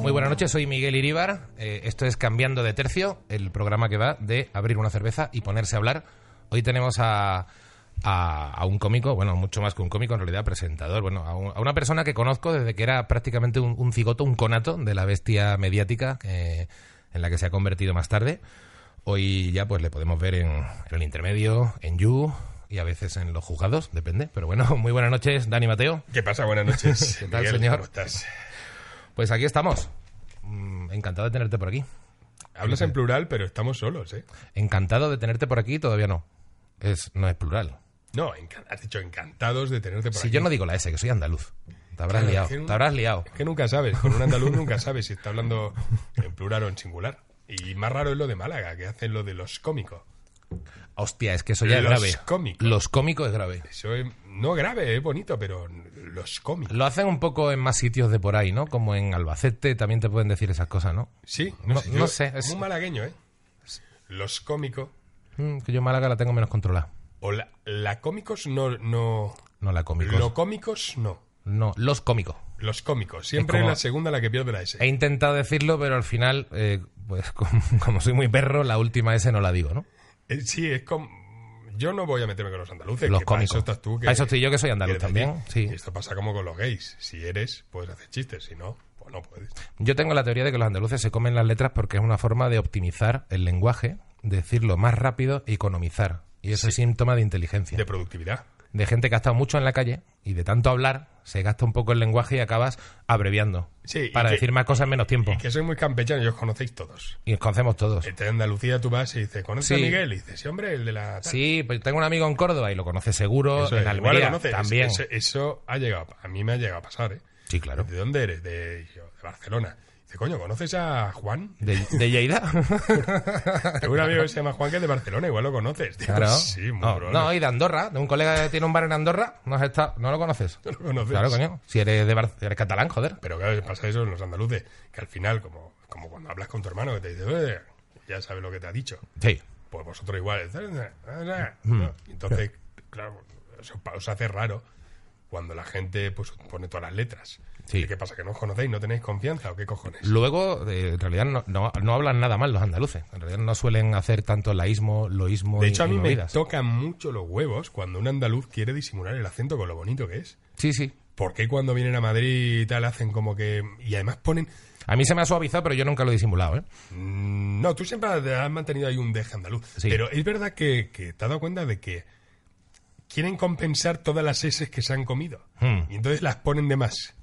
Muy buenas noches, soy Miguel Iríbar. Eh, esto es Cambiando de Tercio, el programa que va de abrir una cerveza y ponerse a hablar. Hoy tenemos a, a, a un cómico, bueno, mucho más que un cómico, en realidad presentador, bueno, a, un- a una persona que conozco desde que era prácticamente un, un cigoto, un conato de la bestia mediática eh, en la que se ha convertido más tarde. Hoy ya pues le podemos ver en, en el intermedio, en You y a veces en los juzgados, depende. Pero bueno, muy buenas noches, Dani Mateo. ¿Qué pasa? Buenas noches. ¿Qué tal, señor? ¿Cómo estás? Pues aquí estamos. Mm, Encantado de tenerte por aquí. Hablas en plural, pero estamos solos, ¿eh? Encantado de tenerte por aquí, todavía no. Es, no es plural. No, enca- has dicho encantados de tenerte por Si aquí. yo no digo la S, que soy andaluz. Te habrás Claro, liado. es que no- Te habrás liado. Es que nunca sabes, con un andaluz nunca sabes si está hablando en plural o en singular. Y más raro es lo de Málaga, que hacen lo de los cómicos. Hostia, es que eso ya es Los grave. cómicos. Los cómicos es grave. Eso es, no grave, es bonito, pero los cómicos. Lo hacen un poco en más sitios de por ahí, ¿no? Como en Albacete también te pueden decir esas cosas, ¿no? Sí, no, No- sé. no yo- sé, es- Muy malagueño, ¿eh? Los cómicos. Mm, que yo en Málaga la tengo menos controlada. O la, la cómicos no. no No la cómicos. lo cómicos no. No, los cómicos. Los cómicos. Siempre como- la segunda la que pierde la S. He intentado decirlo, pero al final, eh, pues como, como soy muy perro, la última S no la digo, ¿no? Eh, Sí, es como... Yo no voy a meterme con los andaluces. Los que cómicos. Para eso estás tú. Que, Para eso estoy yo, que soy andaluz que eres de también, allí. sí. Y esto pasa como con los gays. Si eres, puedes hacer chistes. Si no, pues no puedes. Yo tengo la teoría de que los andaluces se comen las letras porque es una forma de optimizar el lenguaje, decirlo más rápido y economizar. Y eso es síntoma de inteligencia. De De, productividad. gente que ha estado mucho en la calle y de tanto hablar, se gasta un poco el lenguaje y acabas abreviando. Sí, y para que- decir más cosas en menos tiempo. Y que Eh, soy muy campechano y os conocéis todos. Y nos conocemos todos. En Andalucía tú vas y dices, ¿conoces a Sí. Miguel? Y dices, sí, hombre, el de la... tal". Sí, pues tengo un amigo en Córdoba y lo conoce seguro, Eso es, en igual lo Almería conoces. también. Eso, eso ha llegado, a- a mí me ha llegado a pasar, ¿eh? Sí, claro. ¿De dónde eres? De, y yo, de Barcelona. Dice, coño, ¿conoces a Juan? ¿De, de Lleida? Tengo un amigo que se llama Juan que es de Barcelona, igual lo conoces. Digo, claro. Sí, muy no, probable. no, y de Andorra, de un colega que tiene un bar en Andorra, no, has estado- ¿no lo conoces? No lo conoces. Claro, coño. Si eres, de Bar- eres catalán, joder. Pero claro, pasa eso en los andaluces, que al final, como, como cuando hablas con tu hermano, que te dice, "Eh", ya sabes lo que te ha dicho. Sí. Pues vosotros igual. ¿no? Y Entonces, claro, eso pa- os hace raro cuando la gente pues, pone todas las letras. Sí. ¿Y ¿Qué pasa? ¿Que no os conocéis? ¿No tenéis confianza o qué cojones? Luego, eh, en realidad, no, no- no hablan nada mal los andaluces. En realidad, no suelen hacer tanto laísmo, loísmo De y- hecho, a y mí me movidas. tocan mucho los huevos cuando un andaluz quiere disimular el acento con lo bonito que es. Sí, sí. ¿Por qué cuando vienen a Madrid y tal hacen como que... Y además ponen... A mí se me ha suavizado, pero yo nunca lo he disimulado, ¿eh? Mm, No, tú siempre has mantenido ahí un deje andaluz. Sí. Pero es verdad que, que te has dado cuenta de que quieren compensar todas las S que se han comido. Hmm. Y entonces las ponen de más.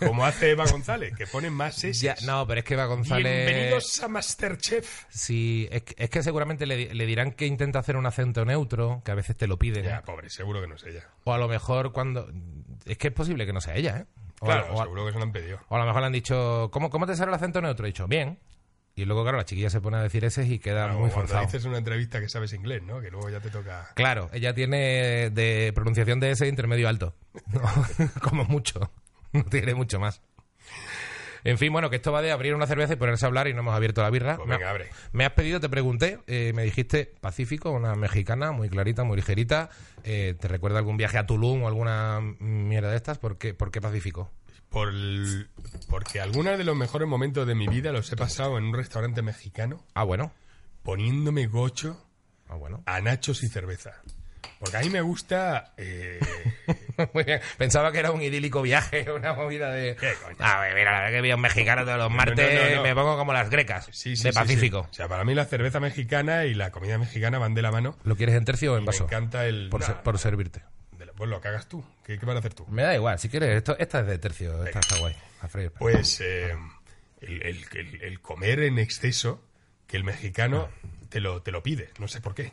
Como hace Eva González, que ponen más S. Ya, no, pero es que va González... Bienvenidos a Masterchef. Sí, es que, es que seguramente le, le dirán que intenta hacer un acento neutro, que a veces te lo piden. Ya, pobre, seguro que no es ella. O a lo mejor cuando... Es que es posible que no sea ella, ¿eh? O a- Claro, o a- seguro que se lo han pedido. O a lo mejor le han dicho, ¿cómo, cómo te sale el acento neutro? He dicho, bien. Y luego, claro, la chiquilla se pone a decir ese y queda O muy cuando forzado. dices en una entrevista que sabes inglés, ¿no? Que luego ya te toca... Claro, ella tiene de pronunciación de ese intermedio alto. No, Como mucho. No tiene mucho más. En fin, bueno, que esto va de abrir una cerveza y ponerse a hablar y no hemos abierto la birra. Pues Me ha- venga, abre. Me has pedido, te pregunté, eh, me dijiste Pacífico, una mexicana muy clarita, muy ligerita. Eh, ¿Te recuerda algún viaje a Tulum o alguna mierda de estas? ¿Por qué, por qué Pacífico? Por el- Porque algunos de los mejores momentos de mi vida los he pasado en un restaurante mexicano Ah, bueno. poniéndome gocho Ah, bueno. a nachos y cerveza. Porque a mí me gusta... eh, Muy bien. Pensaba que era un idílico viaje, una movida de. ¿Qué coño? A ver, mira, la verdad que vi a un mexicano todos los martes no, no. me pongo como las grecas sí, sí, de sí, Pacífico. sí. O sea, para mí la cerveza mexicana y la comida mexicana van de la mano. ¿Lo quieres en tercio o en Me vaso? encanta el... Por, Nah, ser- por servirte. de la- Pues lo que hagas tú. ¿Qué, qué vas a hacer tú? Me da igual, si quieres, esto, esta es de tercio, esta está guay. A freír. Pues eh, el, el- el- el comer en exceso, que el mexicano te lo, te lo pide, no sé por qué.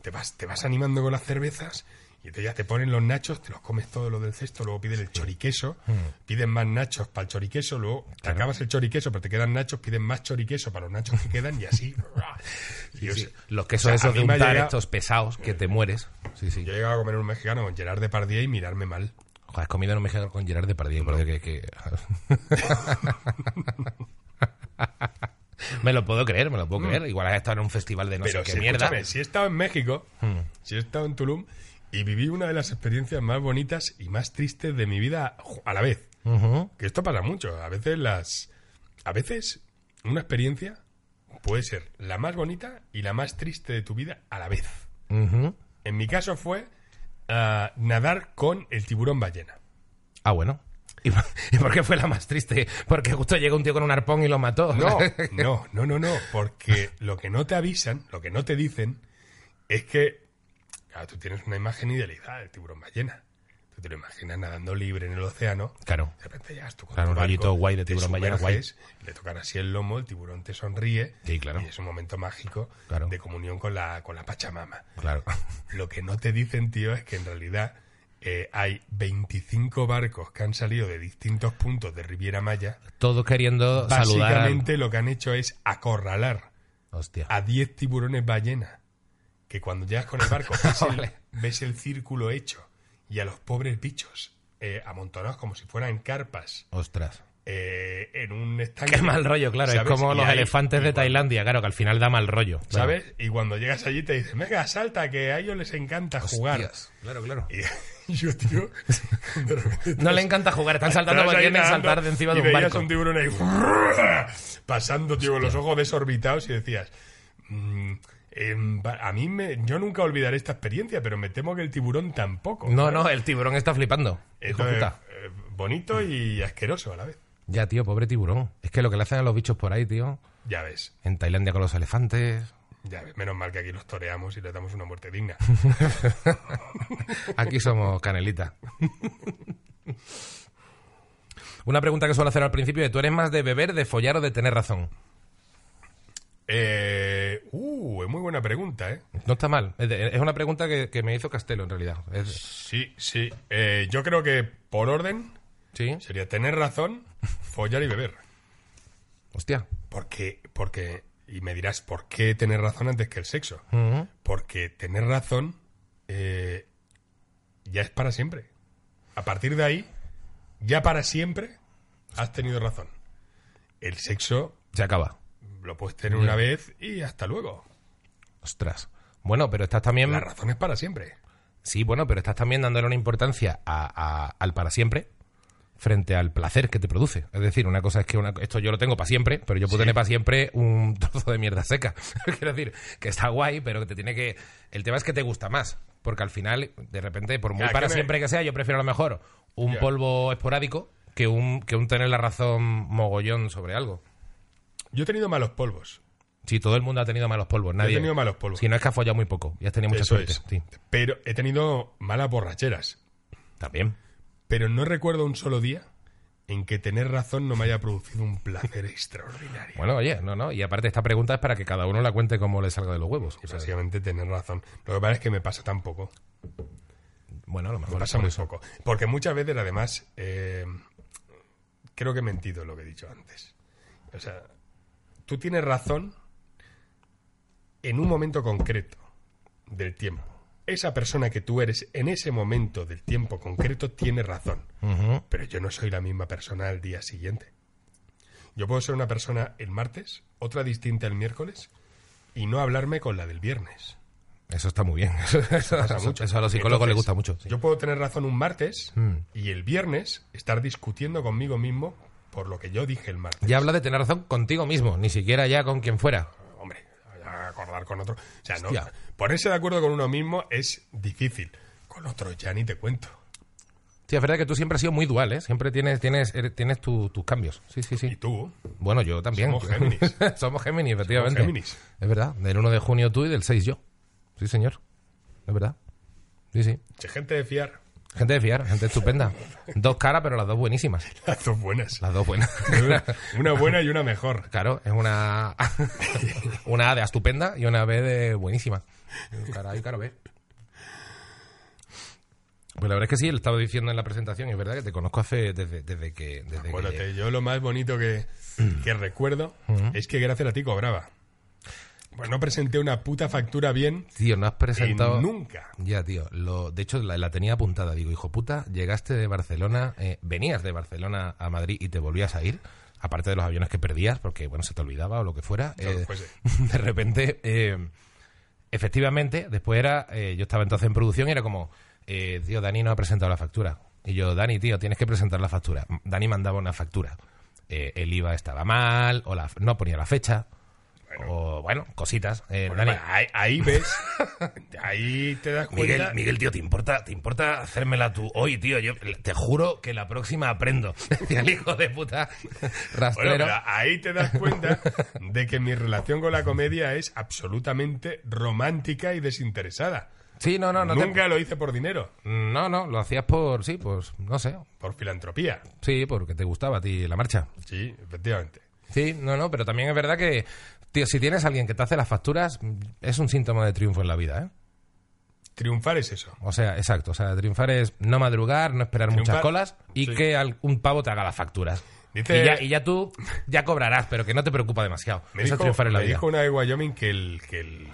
Te vas, te vas animando con las cervezas y te, ya te ponen los nachos, te los comes todo lo del cesto, luego piden el choriqueso, Mm. piden más nachos para el choriqueso, luego te acabas el choriqueso, pero te quedan nachos, piden más choriqueso para los nachos que quedan y así. Y yo Sí, sé- Los o quesos sea, a esos mí de me ha untar llegado- estos pesados que te mueres. Sí, sí. Yo he llegado a comer un mexicano con Gerard Depardieu y mirarme mal. Joder, comida no mexicana con Gerard Depardieu, porque que, que- me lo puedo creer, me lo puedo creer. Igual has estado en un festival de no Pero sé si, qué mierda. Hmm. escúchame, si he estado en México, si he estado en Tulum y viví una de las experiencias más bonitas y más tristes de mi vida ju- a la vez. Ujú. Que esto pasa mucho. A veces las. A veces una experiencia puede ser la más bonita y la más triste de tu vida a la vez. Ujú. En mi caso fue ah, nadar con el tiburón ballena. Ah, bueno. ¿Y por, y por qué fue la más triste? Porque justo llega un tío con un arpón y lo mató. No, no, no, no, no, porque lo que no te avisan, lo que no te dicen, es que, claro, tú tienes una imagen idealizada del tiburón ballena. Tú te lo imaginas nadando libre en el océano. Claro. De repente llegas tú con Claro, tu un barco, rollito guay de te tiburón ballena, sumerges, Le tocan así el lomo, el tiburón te sonríe. Sí, claro. Y es un momento mágico Claro. de comunión con la, con la Pachamama. Claro. Lo que no te dicen, tío, es que en realidad eh, hay 25 barcos que han salido de distintos puntos de Riviera Maya. Todos queriendo saludar. al- Básicamente Ah. lo que han hecho es acorralar Hostia. a 10 tiburones ballena. Que cuando llegas con el barco ves el, Vale. ves el círculo hecho y a los pobres bichos eh, amontonados como si fueran carpas Ostras. eh, en un estanque. Qué mal rollo, claro. Es ¿sabes? como Y los ahí- elefantes y de cuando- Tailandia, claro, que al final da mal rollo. claro. ¿Sabes? Y cuando llegas allí te dicen, venga, salta, que a ellos les encanta jugar. Hostias. Claro, claro. Y yo, tío, de repente No le encanta jugar, están saltando Estás porque ahí quieren nadando saltar de encima de y un veías barco. un tiburón ahí pasando, tío, con los ojos desorbitados y decías, mm, em, va- a mí me, yo nunca olvidaré esta experiencia, pero me temo que el tiburón tampoco. No, no, el tiburón está flipando. Hijo Entonces, puta. eh, bonito y asqueroso a la vez. Ya, tío, pobre tiburón. Es que lo que le hacen a los bichos por ahí, tío. Ya ves, En Tailandia con los elefantes. ya ves. Menos mal que aquí los toreamos y les damos una muerte digna. Aquí somos canelita. Una pregunta que suelo hacer al principio de ¿tú eres más de beber, de follar o de tener razón? Eh, uh, es muy buena pregunta, ¿eh? No está mal. Es de- es una pregunta que, que me hizo Castelo, en realidad. Es- Sí, sí. Eh, yo creo que por orden ¿Sí? sería tener razón, follar y beber. Hostia. Porque, porque, y me dirás, ¿por qué tener razón antes que el sexo? Ujú. Porque tener razón eh, ya es para siempre. A partir de ahí, ya para siempre has tenido razón. El sexo Se acaba. lo puedes tener una vez y hasta luego. Ostras. Bueno, pero estás también... La razón es para siempre. Sí, bueno, pero estás también dándole una importancia a- a- al para siempre frente al placer que te produce. Es decir, una cosa es que una- esto yo lo tengo para siempre, pero yo puedo tener para siempre un trozo de mierda seca. Quiero decir, que está guay, pero que te tiene que... El tema es que te gusta más, porque al final, de repente, por muy Ya, para que me- siempre que sea, yo prefiero a lo mejor un Ya. polvo esporádico que un, que un tener la razón mogollón sobre algo. Yo he tenido malos polvos. Sí, todo el mundo ha tenido malos polvos. Nadie... tenido malos polvos. Si no es que has follado muy poco y has tenido mucha Eso suerte. es. Sí, Pero he tenido malas borracheras. también. Pero no recuerdo un solo día en que tener razón no me haya producido un placer extraordinario. Bueno, oye, no, no. Y aparte, esta pregunta es para que cada uno la cuente como le salga de los huevos. O Y sea, básicamente tener razón. Lo que pasa es que me pasa tan poco. bueno, a lo Me mejor. pasa muy poco. Porque muchas veces, además, eh, creo que he mentido lo que he dicho antes. O sea, tú tienes razón en un momento concreto del tiempo. Esa persona que tú eres en ese momento del tiempo concreto tiene razón. Ujú. Pero yo no soy la misma persona al día siguiente. Yo puedo ser una persona el martes, otra distinta el miércoles, y no hablarme con la del viernes. Eso está muy bien. Eso, pasa mucho. eso a los psicólogos les Entonces, gusta mucho. sí. Yo puedo tener razón un martes Mm. y el viernes estar discutiendo conmigo mismo por lo que yo dije el martes. Ya habla de tener razón contigo mismo, ni siquiera ya con quien fuera. Hombre, acordar con otro. O sea, no, Hostia. ponerse de acuerdo con uno mismo es difícil. Con otro ya ni te cuento. Sí, es verdad que tú siempre has sido muy dual, ¿eh? Siempre tienes, tienes, eres- tienes tu- tus cambios. Sí, sí, Y sí. tú, Bueno, yo también. Somos Géminis. Somos Géminis, efectivamente. Géminis. Es verdad. Del 1 de junio tú y del 6 yo. Sí, señor. Es verdad. Sí, sí. che, gente de fiar. Gente de fiar, gente estupenda. Dos caras, pero las dos buenísimas. Las dos buenas. Las dos buenas. Una buena y una mejor. Claro, es una, una A de estupenda y una B de buenísima. Cara A y cara B. Pues la verdad es que sí, lo estaba diciendo en la presentación, y es verdad que te conozco hace desde, desde que... Desde que Mm. llegué. Acuérdate, yo lo más bonito que, que recuerdo Mm. es que gracias a ti cobraba. Pues no presenté una puta factura bien Tío, no has y presentado... nunca. Ya, tío. Lo, de hecho, la, la tenía apuntada. Digo, hijo puta, llegaste de Barcelona, eh, venías de Barcelona a Madrid y te volvías a ir. Aparte de los aviones que perdías, porque, bueno, se te olvidaba o lo que fuera. Lo que eh, fuese. de repente, eh, efectivamente, después era... eh, yo estaba entonces en producción y era como... eh, tío, Dani no ha presentado la factura. Y yo, Dani, tío, tienes que presentar la factura. Dani mandaba una factura. Eh, el IVA estaba mal, o la, no ponía la fecha. o, bueno, cositas. Eh, Bueno, pues, Dani, ahí, ahí ves, ahí te das cuenta. Miguel, Miguel, tío, ¿te importa, ¿te importa hacérmela tú hoy, tío? Yo te juro que la próxima aprendo. Decía el hijo de puta Bueno, rastrero. pero ahí te das cuenta de que mi relación con la comedia es absolutamente romántica y desinteresada. sí, no, no, no. te- Nunca lo hice por dinero, No, no, lo hacías por, sí, pues, no sé. por filantropía. Sí, porque te gustaba a ti la marcha. Sí, efectivamente. Sí, no, no, pero también es verdad que, tío, si tienes a alguien que te hace las facturas, es un síntoma de triunfo en la vida, ¿eh? Triunfar es eso. O sea, exacto. O sea, triunfar es no madrugar, no esperar muchas Triunfar, colas y sí. que al- un pavo te haga las facturas. Dice- Y, ya, y ya tú ya cobrarás, pero que no te preocupa demasiado. Me, Eso es dijo, triunfar en la me vida. dijo una de Wyoming que, el, que el,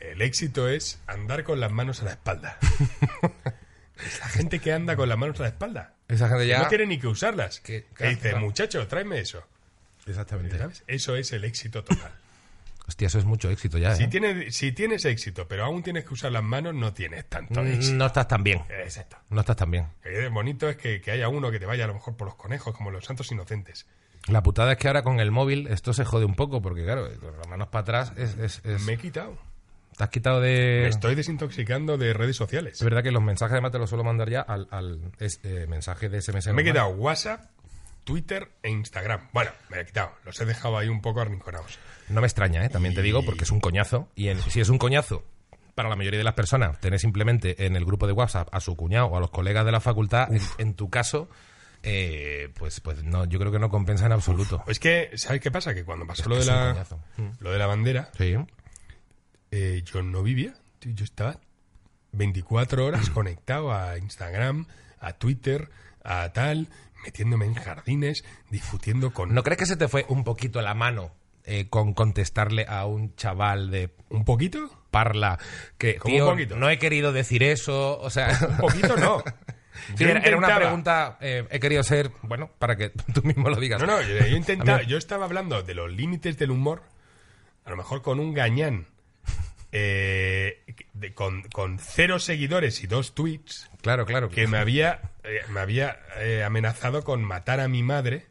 el éxito es andar con las manos a la espalda. es la gente que anda con las manos a la espalda. Esa gente Que ya. No tiene ni que usarlas. Que- Que, claro, dice, claro. muchacho, tráeme eso. Exactamente. ¿Sabes? Eso es el éxito total. Hostia, eso es mucho éxito ya. ¿eh? Si tienes, si tienes éxito, pero aún tienes que usar las manos, no tienes tanto Mm, éxito. no estás tan bien. Exacto. No estás tan bien. Que bonito es que, que haya uno que te vaya a lo mejor por los conejos, como los santos inocentes. La putada es que ahora con el móvil esto se jode un poco, porque claro, eh, con las manos para atrás es, es- es- Me he quitado. te has quitado de. Me estoy desintoxicando de redes Es sociales. verdad que los mensajes además te los suelo mandar ya al, al es- eh, mensaje de SMS. Me normal. he quitado WhatsApp, Twitter e Instagram. Bueno, me he quitado. Los he dejado ahí un poco arrinconados. No me extraña, ¿eh? también te digo, porque es un coñazo. Y en- si es un coñazo para la mayoría de las personas, tener simplemente en el grupo de WhatsApp a su cuñado o a los colegas de la facultad, en, en tu caso, eh, pues, pues no, yo creo que no compensa en absoluto. Es que, ¿sabes qué pasa? Que cuando pasó que lo de es un la, coñazo. lo de la bandera, Sí. eh, yo no vivía. Tío, Yo estaba 24 horas Mm. conectado a Instagram, a Twitter, a tal, metiéndome en jardines, discutiendo con ¿No crees que se te fue un poquito la mano eh, con contestarle a un chaval de un poquito. parla que, ¿Cómo tío, un poquito? no he querido decir eso? O sea... Un poquito no. Sí, Yo era, era una intentaba- pregunta, eh, he querido ser, bueno, para que tú mismo lo digas. No, no, yo, yo A intentaba, mí- yo estaba hablando de los límites del humor, a lo mejor con un gañán, eh, de- con, con cero seguidores y dos tweets, Claro, claro. que me había, eh, me había eh, amenazado con matar a mi madre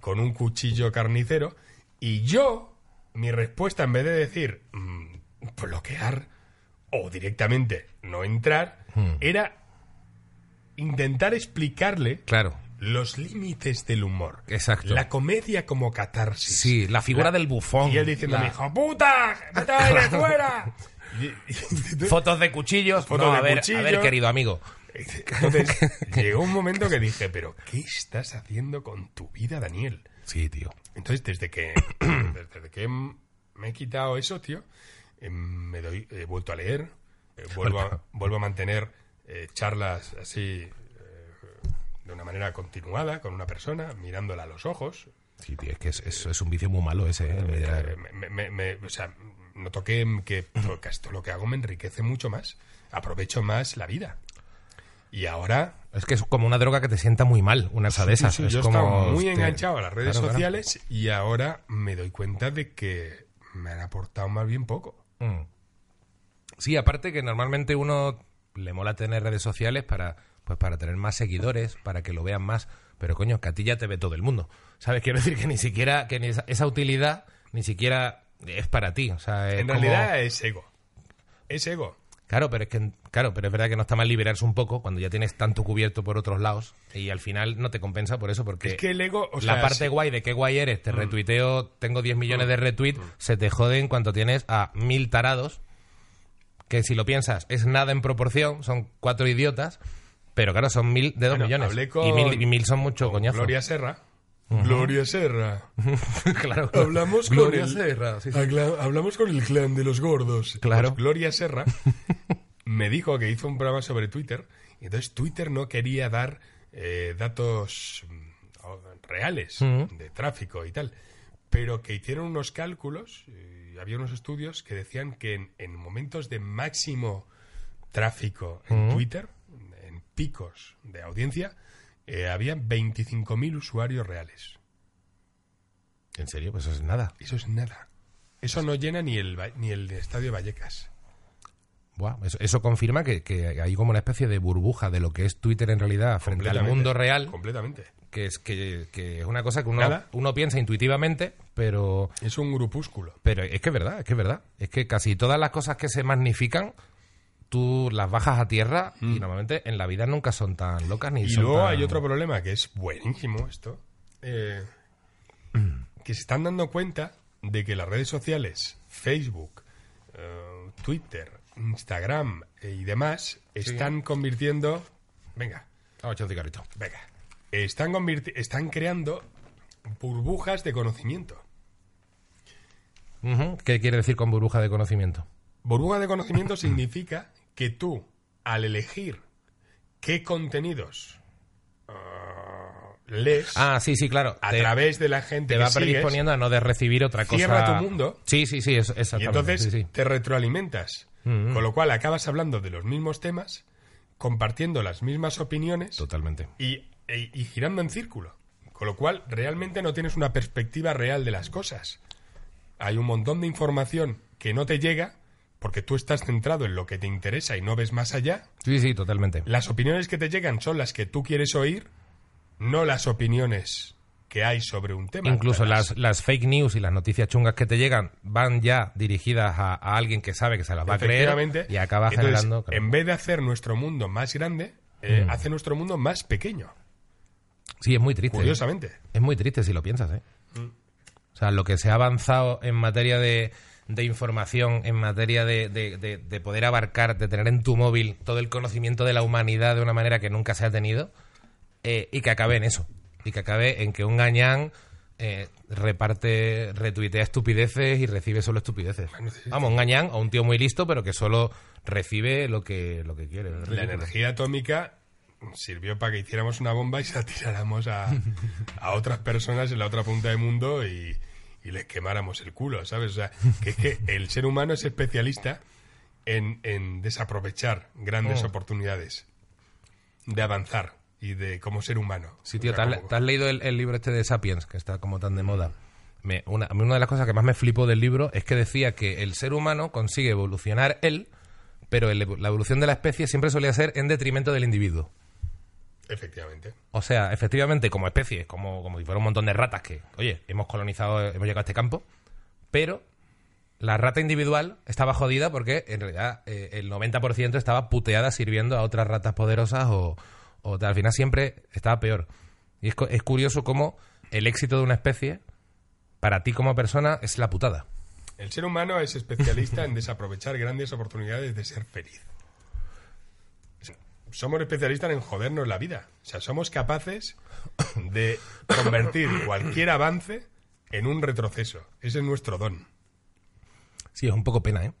con un cuchillo carnicero, y yo, mi respuesta, en vez de decir mm, bloquear o directamente no entrar, Hmm. era intentar explicarle Claro. los límites del humor. Exacto. La comedia como catarsis. Sí, la figura del bufón. Y él diciendo, la- hijo puta, vete a Venezuela. Y- y- Fotos de cuchillos. Fotos no, a de ver, cuchillo. a ver, querido amigo. Entonces, llegó un momento que dije, pero ¿qué estás haciendo con tu vida, Daniel? Sí, tío. Entonces, desde que, desde que me he quitado eso, tío, eh, me doy, he vuelto a leer, eh, vuelvo, a, vuelvo a mantener eh, charlas así eh, de una manera continuada con una persona, mirándola a los ojos, Sí, tío, es que es, es- es un vicio muy malo ese. ¿eh? Me dirá- Eh, me- me- me- o sea, noto que, que casi todo lo que hago me enriquece mucho más. Aprovecho más la vida. Y ahora Es que es como una droga que te sienta muy mal, una esa de esas. sí, es yo como, estaba muy hostia, enganchado a las redes claro, claro. sociales y ahora me doy cuenta de que me han aportado más bien poco. Mm. Sí, aparte que normalmente uno le mola tener redes sociales para pues para tener más seguidores, para que lo vean más, pero coño, que a ti ya te ve todo el mundo. ¿Sabes? Quiero decir que ni siquiera que ni esa, esa utilidad ni siquiera es para ti, o sea, es en como- realidad es ego. Es ego. Claro, pero es que claro, pero es verdad que no está mal liberarse un poco cuando ya tienes tanto cubierto por otros lados y al final no te compensa por eso porque Es que el ego, o la sea, parte sí, Mm. guay de qué guay eres, te retuiteo, tengo 10 millones de retweets, se te jode en cuanto tienes a mil tarados, que si lo piensas es nada en proporción, son cuatro idiotas, Pero claro, son mil de dos Bueno, hablé millones. con- Y, mil, y mil son mucho coñazo. Gloria Serra. Gloria Serra. claro. Hablamos con Gloria el- Serra, sí, sí. Agla- Hablamos con el clan de los gordos. Claro. Pues Gloria Serra me dijo que hizo un programa sobre Twitter. Y entonces Twitter no quería dar eh, datos mm, o- reales de tráfico y tal. Pero que hicieron unos cálculos, eh, había unos estudios que decían que en, en momentos de máximo tráfico en Twitter, en picos de audiencia, eh, había 25.000 usuarios reales. En serio, pues eso es nada. Eso es nada. Eso no llena ni el, va- ni el estadio Vallecas. Buah, eso, eso confirma que, que hay como una especie de burbuja de lo que es Twitter en realidad frente al Completamente. mundo real, Completamente. que es, que, que es una cosa que uno, Nada. uno piensa intuitivamente, pero, Es un grupúsculo. pero es que es verdad, es que es verdad. Es que casi todas las cosas que se magnifican, tú las bajas a tierra y normalmente en la vida nunca son tan locas ni Mm. Y, son luego tan- hay otro problema que es buenísimo esto. eh, Mm. que se están dando cuenta de que las redes sociales, Facebook, eh, Twitter, Instagram eh, y demás, están convirtiendo... Venga, Ah, echa un cigarrito. venga. Están, convirti- están creando burbujas de conocimiento. Ujú. ¿Qué quiere decir con burbuja de conocimiento? Burbuja de conocimiento significa que tú, al elegir qué contenidos ah, lees Ah, sí, sí, claro. a Te- través de la gente te que va sigues, predisponiendo a no de recibir otra cosa. Cierra tu mundo. Sí, sí, sí, eso, y exactamente. entonces sí, sí. Mm-hmm. te retroalimentas. Con lo cual acabas hablando de los mismos temas, compartiendo las mismas opiniones Totalmente. y, y- y girando en círculo. Con lo cual realmente no tienes una perspectiva real de las cosas. Hay un montón de información que no te llega porque tú estás centrado en lo que te interesa y no ves más allá. Sí, sí, totalmente. las opiniones que te llegan son las que tú quieres oír, no las opiniones que hay sobre un tema. Incluso las, las fake news y las noticias chungas que te llegan van ya dirigidas a, a alguien que sabe que se las va a Efectivamente. creer y acaba Entonces, generando... claro. Mm. En vez de hacer nuestro mundo más grande, eh, hace nuestro mundo más pequeño, Sí, es muy triste. ¿eh? curiosamente. Es muy triste si lo piensas, ¿eh? O sea, lo que se ha avanzado en materia de, de información, en materia de, de- de- de poder abarcar, de tener en tu móvil todo el conocimiento de la humanidad de una manera que nunca se ha tenido, eh, y que acabe en eso. Y que acabe en que un gañán eh, reparte, retuitea estupideces y recibe solo estupideces. Vamos, un gañán o un tío muy listo, pero que solo recibe lo que, lo que quiere. La energía atómica sirvió para que hiciéramos una bomba y se la tiráramos a, a otras personas en la otra punta del mundo y, y les quemáramos el culo, ¿sabes? O sea, que es que el ser humano es especialista en, en desaprovechar grandes Oh. oportunidades de avanzar y de como ser humano. Sí, tío, O ¿te sea, has, como- te has leído el, el libro este de Sapiens, que está como tan de moda? Me- una, a mí una de las cosas que más me flipó del libro es que decía que el ser humano consigue evolucionar él, pero el- la evolución de la especie siempre solía ser en detrimento del individuo. Efectivamente. O sea, efectivamente, como especie, como, como si fuera un montón de ratas que, oye, hemos colonizado, hemos llegado a este campo, pero la rata individual estaba jodida porque en realidad eh, el 90% estaba puteada sirviendo a otras ratas poderosas o, o tal. al final siempre estaba peor. Y es, co- es curioso cómo el éxito de una especie, para ti como persona, es la putada. El ser humano es especialista en desaprovechar grandes oportunidades de ser feliz. Somos especialistas en jodernos la vida. O sea, somos capaces de convertir cualquier avance en un retroceso. Ese es nuestro don. Sí, es un poco pena, ¿eh?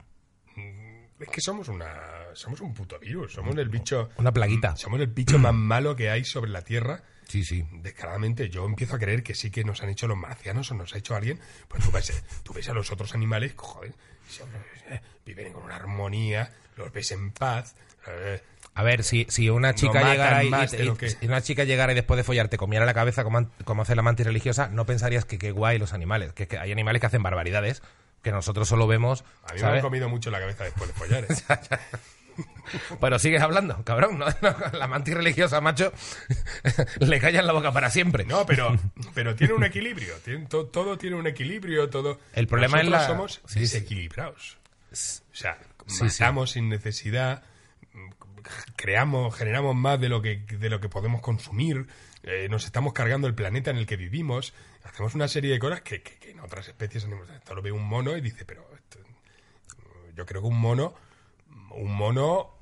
Es que somos una somos un puto virus, somos el bicho Una plaguita. somos el bicho más malo que hay sobre la Tierra. Sí, sí. Descaradamente yo empiezo a creer que sí que nos han hecho los marcianos o nos ha hecho alguien, pues tú ves, tú ves a los otros animales, joder, son- eh, viven con una armonía, los ves en paz. eh, A ver, si, si una chica matan llegara y, más y- de lo y- que- si una chica llegara y después de follar te comiera la cabeza como, an- como hace la mantis religiosa, no pensarías que qué guay los animales, que, es que hay animales que hacen barbaridades que nosotros solo vemos, A mí me han ¿sabes? comido mucho la cabeza después de follar. ¿eh? Pero sigues hablando, cabrón, ¿no? No, la mantis religiosa, macho, le callan la boca para siempre. No, pero, pero tiene un equilibrio. tiene- to- todo tiene un equilibrio. Todo. El problema es Nosotros la- somos sí, sí. desequilibrados. O sea, Sí, matamos sin necesidad, mm, creamos, generamos más de lo que, de lo que podemos consumir, eh, nos estamos cargando el planeta en el que vivimos, hacemos una serie de cosas que, que- que en otras especies animales. Esto lo ve un mono y dice, pero esto- yo creo que un mono, un mono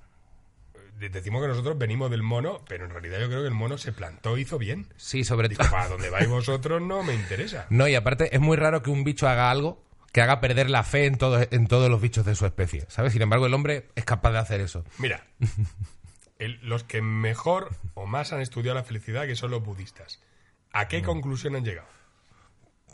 de- decimos que nosotros venimos del mono, pero en realidad yo creo que el mono se plantó, hizo bien. Sí, sobre Digo, todo. para donde vais vosotros no me interesa. No, y aparte es muy raro que un bicho haga algo que haga perder la fe en, todo- en todos los bichos de su especie, ¿sabes? Sin embargo, el hombre es capaz de hacer eso. Mira, el- los que mejor o más han estudiado la felicidad, que son los budistas, ¿a Mm. qué conclusión han llegado?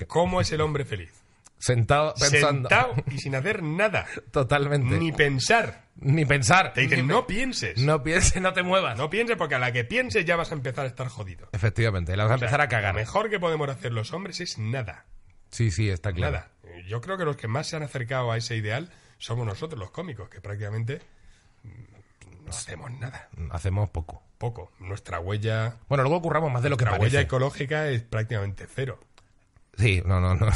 ¿Cómo es el hombre feliz? Sentado pensando. Sentado y sin hacer nada, Totalmente. ni Ni, pensar. pensar. Te dicen, Ni pe- no pienses. No pienses, no te muevas. No pienses porque a la que pienses ya vas a empezar a estar jodido. Efectivamente, la vas a empezar a cagar. Lo mejor que podemos hacer los hombres es nada. Sí, sí, está claro. Nada. Yo creo que los que más se han acercado a ese ideal somos nosotros, los cómicos, que prácticamente mm, no hacemos nada. Mm, Hacemos poco. Poco. Nuestra huella, Bueno, luego curramos más de lo que la huella parece. ecológica es prácticamente cero. Sí, no, no, no.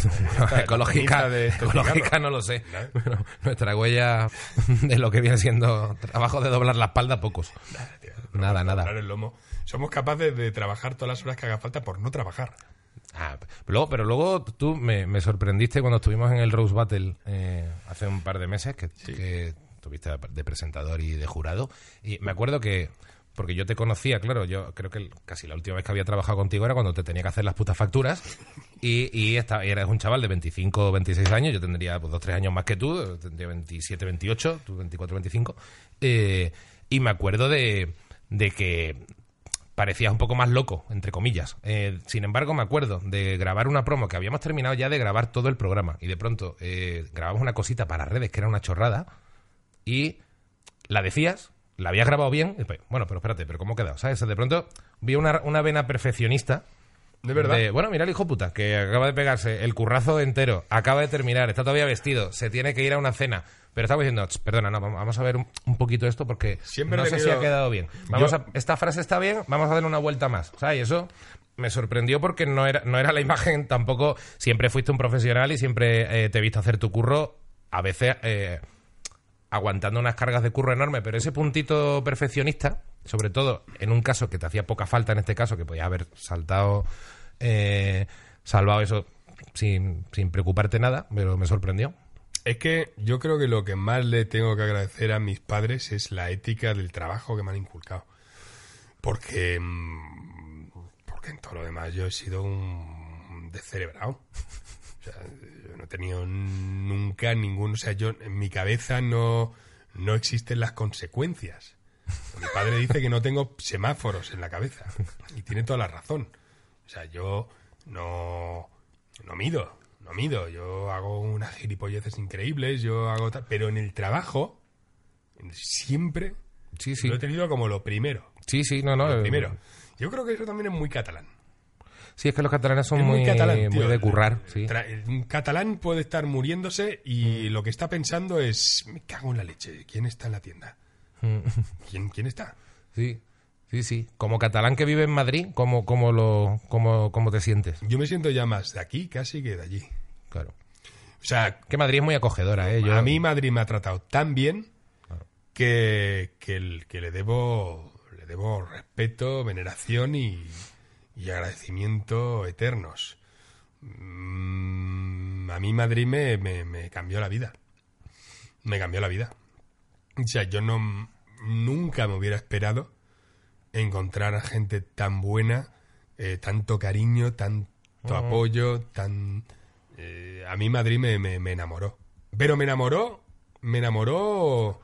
ecológica, ceniza de estos ecológica cigarros. no lo sé. Claro. Pero nuestra huella de lo que viene siendo trabajo de doblar la espalda, pocos. Nada, Doblar nada. el lomo. Somos capaces de trabajar todas las horas que haga falta por no trabajar. Ah, luego, pero luego tú me, me sorprendiste cuando estuvimos en el Rose Battle eh, hace un par de meses, que, que estuviste de presentador y de jurado. Y me acuerdo que, porque yo te conocía, claro, yo creo que el- casi la última vez que había trabajado contigo era cuando te tenía que hacer las putas facturas. Y, y, esta- y eras un chaval de 25 o 26 años, yo tendría pues, 2 3 años más que tú, tendría 27, 28, tú 24, 25. Eh, y me acuerdo de, de que parecías un poco más loco, entre comillas. Eh, sin embargo, me acuerdo de grabar una promo que habíamos terminado ya de grabar todo el programa y de pronto eh, grabamos una cosita para redes que era una chorrada y la decías, la habías grabado bien. y pues, bueno, pero espérate, pero ¿cómo ha quedado? ¿Sabes? De pronto vi una, una vena perfeccionista. De verdad. bueno, mira el hijo puta, que acaba de pegarse el currazo entero, acaba de terminar, está todavía vestido, se tiene que ir a una cena. Pero estamos diciendo, "Ch, perdona, no, vamos- vamos a ver un, un poquito esto porque Siempre no he sé si tenido- ha quedado bien. Vamos Yo- a- esta frase está bien, vamos a dar una vuelta más. O sea, y eso me sorprendió porque no era, no era la imagen tampoco. Siempre fuiste un profesional y siempre eh, te he visto hacer tu curro, a veces eh, aguantando unas cargas de curro enorme, pero ese puntito perfeccionista, sobre todo en un caso que te hacía poca falta en este caso, que podías haber saltado, eh, salvado eso sin, sin preocuparte nada, pero me sorprendió. Es que yo creo que lo que más le tengo que agradecer a mis padres es la ética del trabajo que me han inculcado. Porque, mm, porque en todo lo demás yo he sido un descerebrado. O sea, yo no he tenido nunca ningún... O sea, yo en mi cabeza no, no existen las consecuencias. Mi padre dice que no tengo semáforos en la cabeza. Y tiene toda la razón. O sea, yo no, no mido, no mido. Yo hago unas gilipolleces increíbles, yo hago tal. Pero en el trabajo, siempre Sí, sí. lo he tenido como lo primero. Sí, sí, no, no. eh, Primero. Yo creo que eso también es muy catalán. Sí, es que los catalanes son Es muy, muy tío. de currar. Sí. Mm. Tra- Un catalán puede estar muriéndose y lo que está pensando es: me cago en la leche, ¿quién está en la tienda? Mm. ¿Quién, quién está? Sí, sí, sí. Como catalán que vive en Madrid, ¿cómo, cómo lo, cómo, cómo te sientes? Yo me siento ya más de aquí casi que de allí. Claro. O sea, Que Madrid es muy acogedora, ¿eh? Yo- A mí Madrid me ha tratado tan bien que, que, el- que le debo le debo respeto, veneración y, y agradecimiento eternos. Mm, a mí Madrid me, me- me cambió la vida. Me cambió la vida. O sea, yo no nunca me hubiera esperado encontrar a gente tan buena, eh, tanto cariño, tanto Mm. apoyo, tan... eh, a mí Madrid me, me- me enamoró. Pero me enamoró, me enamoró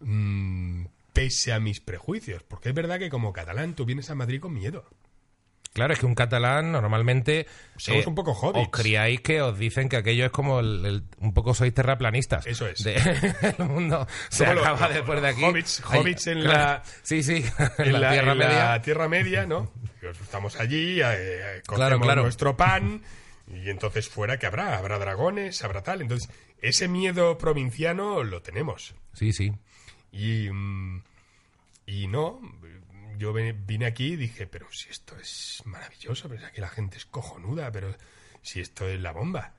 mm, pese a mis prejuicios. Porque es verdad que como catalán tú vienes a Madrid con miedo. Claro, es que un catalán normalmente. eh, Somos un poco hobbits. Os criáis que os dicen que aquello es como. el- el- un poco sois terraplanistas. Eso es. De- el mundo se Somos los- acaba los- después de los aquí. hobbits- Hay- hobbits en la- Sí, sí. En, la, Tierra en la Media. Tierra Media, ¿no? Pues Estamos allí, eh, eh, cocemos Claro, claro. nuestro pan y entonces fuera que habrá, habrá dragones, habrá tal. Entonces, ese miedo provinciano lo tenemos. Sí, sí. Y, mm, y no, yo ve- vine aquí y dije, pero si esto es maravilloso, pero si aquí la gente es cojonuda, pero si esto es la bomba.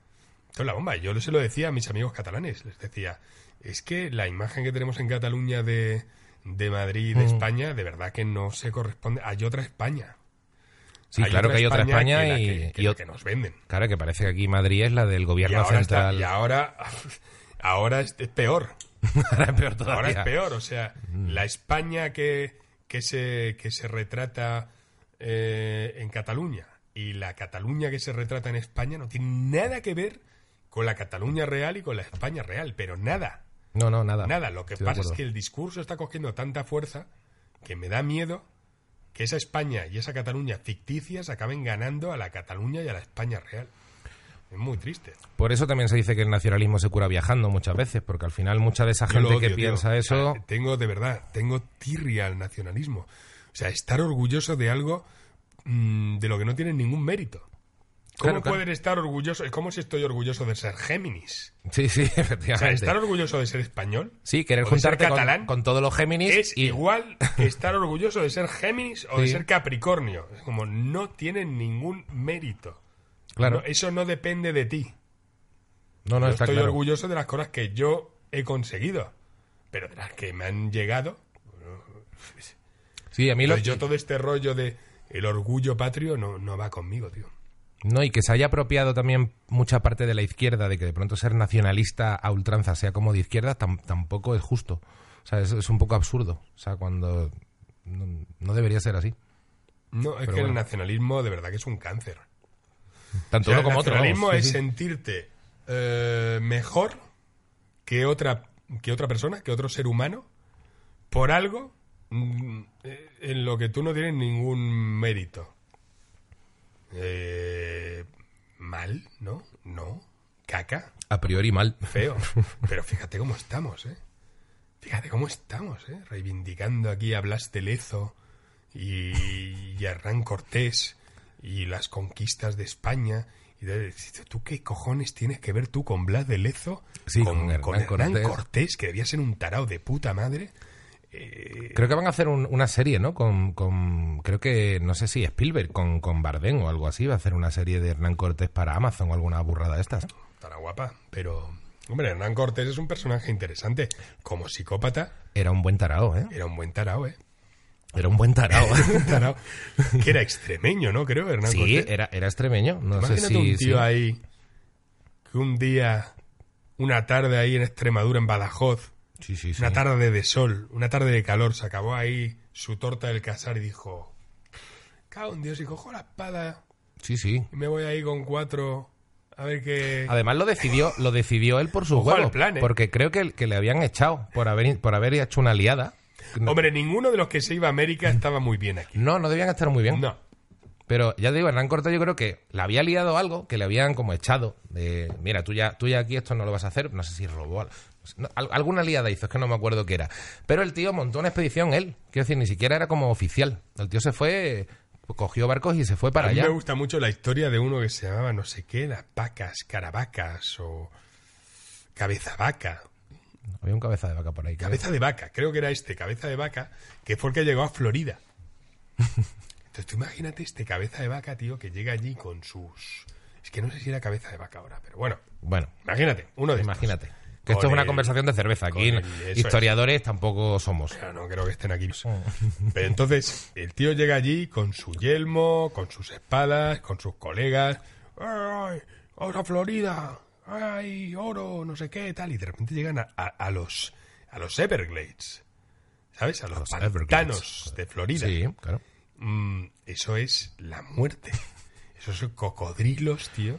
Esto es la bomba. Yo se lo decía a mis amigos catalanes, les decía, es que la imagen que tenemos en Cataluña de, de Madrid, Mm. de España, de verdad que no se corresponde. Hay otra España. Sí, claro que hay otra España que la y. que- que y la ot- que nos venden. Claro, que parece que aquí Madrid es la del Y gobierno ahora, está- central. y ahora, ahora es, es peor. Ahora es peor todavía. Mm. Ahora es peor, o sea, la España que, que, se, que se retrata eh, en Cataluña y la Cataluña que se retrata en España no tiene nada que ver con la Cataluña real y con la España real, pero nada, No, no, nada. nada. Lo que Ah, Estoy de pasa es acuerdo. que el discurso está cogiendo tanta fuerza que me da miedo que esa España y esa Cataluña ficticias acaben ganando a la Cataluña y a la España real. Es muy triste. Por eso también se dice que el nacionalismo se cura viajando muchas veces, porque al final mucha de esa Yo lo gente que odio, tío. piensa O sea, eh, eso... Tengo, de verdad, tengo tirria al nacionalismo. O sea, estar orgulloso de algo mm, de lo que no tiene ningún mérito. ¿Cómo Claro, claro. pueden estar orgullosos? Es como si estoy orgulloso de ser Géminis. Sí, sí, O sea, efectivamente. estar orgulloso de ser español Sí, querer o de ser juntarte con- catalán con, todos los Géminis es y... igual que estar orgulloso de ser Géminis o de Sí. ser Capricornio. Es como no tiene ningún mérito. Claro. No, eso no depende de ti. No, no, Yo está estoy claro. orgulloso de las cosas que yo he conseguido, pero de las que me han llegado. Sí, a mí lo... Entonces, yo todo este rollo de el orgullo patrio no, no va conmigo, tío. No, y que se haya apropiado también mucha parte de la izquierda de que de pronto ser nacionalista a ultranza sea como de izquierda tam- tampoco es justo. O sea, es, es un poco absurdo. O sea, cuando... No, no debería ser así. No, es que el nacionalismo de verdad que es un cáncer. Tanto O sea, uno como el otro. nacionalismo vamos. Sí, es sí. sentirte eh, mejor que otra, que otra persona, que otro ser humano, por algo mm, eh, en lo que tú no tienes ningún mérito. Eh, mal, ¿no? No. Caca. A priori mal. feo. Pero fíjate cómo estamos, ¿eh? Fíjate cómo estamos, ¿eh? Reivindicando aquí a Blas de Lezo y, y a Hernán Cortés y las conquistas de España. Y de- ¿Tú qué cojones tienes que ver tú con Blas de Lezo? Sí, con Hernán Cortés. Cortés, que debía ser un tarao de puta madre. Eh, Creo que van a hacer un- una serie, ¿no? Con, con- creo que, no sé si Spielberg, con, con Bardem o algo así, va a hacer una serie de Hernán Cortés para Amazon o alguna burrada de estas. tarao guapa, pero... Hombre, Hernán Cortés es un personaje interesante. Como psicópata, Era un buen tarao, ¿eh? era un buen tarao, ¿eh? Era un buen tarao. Un tarao que era extremeño, ¿no? Creo, Hernán sí, Cortés. era, era extremeño. No sé Imagínate si... un tío sí. ahí que un día, una tarde ahí en Extremadura, en Badajoz, Sí, sí, sí. una tarde de sol, una tarde de calor, se acabó ahí su torta del casar y dijo: Cago en Dios, y cojo la espada Sí, sí. y me voy ahí con cuatro a ver qué. Además lo decidió, lo decidió él por sus Ojo al huevos, plan, ¿eh? porque creo que, que le habían echado por haber por haber hecho una aliada. Hombre, ninguno de los que se iba a América estaba muy bien aquí. No, Mm. no debían estar muy bien. No. Pero ya te digo, Hernán Cortés yo creo que le había liado algo, que le habían como echado. De, mira, tú ya, tú ya aquí esto no lo vas a hacer. No sé si robó al- no, al- alguna liada hizo, es que no me acuerdo qué era. Pero el tío montó una expedición él. Quiero decir, ni siquiera era como oficial. El tío se fue, pues, cogió barcos y se fue para A mí allá. me gusta mucho la historia de uno que se llamaba no sé qué, las vacas, caravacas o cabeza vaca. Había un cabeza de vaca por ahí. creo. Cabeza de vaca, creo que era este, cabeza de vaca, que fue el que llegó a Florida. Entonces tú imagínate este cabeza de vaca, tío, que llega allí con sus... Es que no sé si era cabeza de vaca ahora, pero bueno, Bueno, imagínate, uno de estos. imagínate. Que esto Con es una el- conversación de cerveza. Aquí con el- eso historiadores tampoco somos. Pero no creo que estén aquí. Pero entonces el tío llega allí con su yelmo, con sus espadas, con sus colegas. ¡Ay, vamos a Florida! ¡Ay, oro! No sé qué, tal. Y de repente llegan a, a- a los a los Everglades. ¿Sabes? A los, los pantanos de Florida. Sí, claro. Mm, eso es la muerte. Esos son cocodrilos, tío.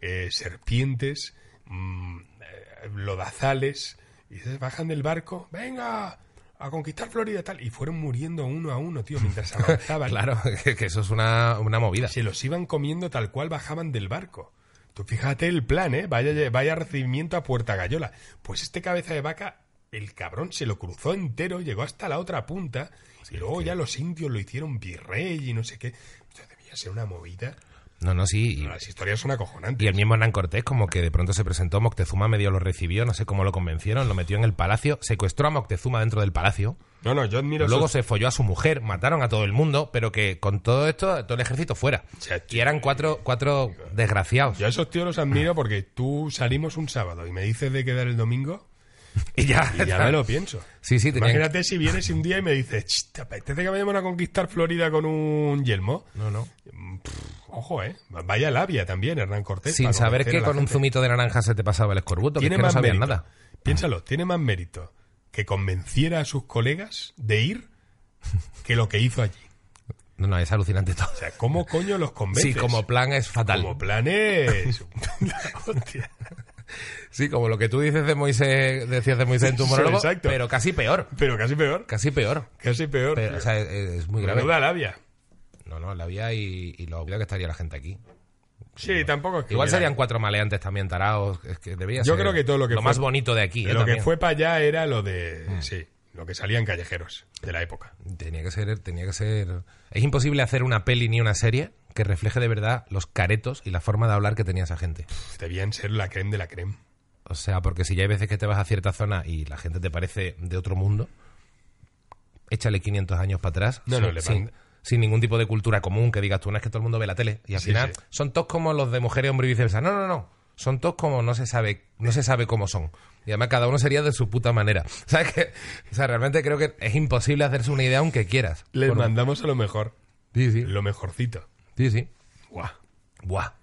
eh, serpientes, mm, eh, lodazales. Y se bajan del barco, venga, a conquistar Florida tal. Y fueron muriendo uno a uno, tío, mientras avanzaban. Claro, que eso es una, una movida. Se los iban comiendo tal cual bajaban del barco. Tú fíjate el plan, ¿eh? Vaya, vaya recibimiento a Puerta Gallola. Pues este cabeza de vaca, el cabrón se lo cruzó entero, llegó hasta la otra punta, y luego ya los indios lo hicieron virrey y no sé qué. O sea, debía ser una movida. No, no, sí. y- Pero las historias son acojonantes. Y el mismo Hernán Cortés, como que de pronto se presentó, Moctezuma medio lo recibió, no sé cómo lo convencieron, lo metió en el palacio, secuestró a Moctezuma dentro del palacio, No, no, yo admiro luego esos- se folló a su mujer, mataron a todo el mundo, pero que con todo esto, todo el ejército fuera. sea, Y eran cuatro, cuatro desgraciados. Yo a esos tíos los Ah. admiro porque tú salimos un sábado y me dices de quedar el domingo Y ya, y ya me lo pienso. Sí, sí, tenían- Imagínate si vienes un día y me dices, "Ch, ¿te apetece que vayamos a conquistar Florida con un yelmo? No, no. Mm, pff, Ojo, ¿eh? Vaya labia también, Hernán Cortés. Sin para saber convencer que a la con un gente. zumito de naranja se te pasaba el escorbuto, que, es Tiene que no más sabían mérito. nada. Piénsalo, tiene más mérito que convenciera a sus colegas de ir que lo que hizo allí. No, no, es alucinante todo. O sea, ¿cómo coño los Sí, convences? como plan es fatal. Como planes. Hostia. Sí, como lo que tú dices de Moisés, decías de Moisés en tu Sí, monólogo, exacto. pero casi peor, Pero casi peor. casi peor. Casi peor. Pero, o sea, es, es muy grave. Menuda labia. No, no, la vía y, y lo obvio que estaría la gente aquí. Sí, tampoco es que Igual hubiera- serían cuatro maleantes también taraos. Es que debía Yo ser creo que todo lo que fue- más bonito de aquí. eh, Lo que también. Mm. fue para allá era lo de. Sí, lo que salían callejeros de la época. Tenía que ser, tenía que ser. Es imposible hacer una peli ni una serie que refleje de verdad los caretos y la forma de hablar que tenía esa gente. Debían ser la creme de la creme. O sea, porque si ya hay veces que te vas a cierta zona y la gente te parece de otro mundo, échale 500 años para atrás. No, no, le sin, van- sin ningún tipo de cultura común que digas tú, no es que todo el mundo ve la tele. Y al Sí, final sí. son todos como los de mujeres, hombre y viceversa. No, no, no. Son todos como no se sabe, no se sabe cómo son. Y además cada uno sería de su puta manera. O sea, que, o sea realmente creo que es imposible hacerse una idea aunque quieras. Les Por- mandamos a lo mejor. Sí, sí. Lo mejorcito. Sí, sí. Guau. Buah.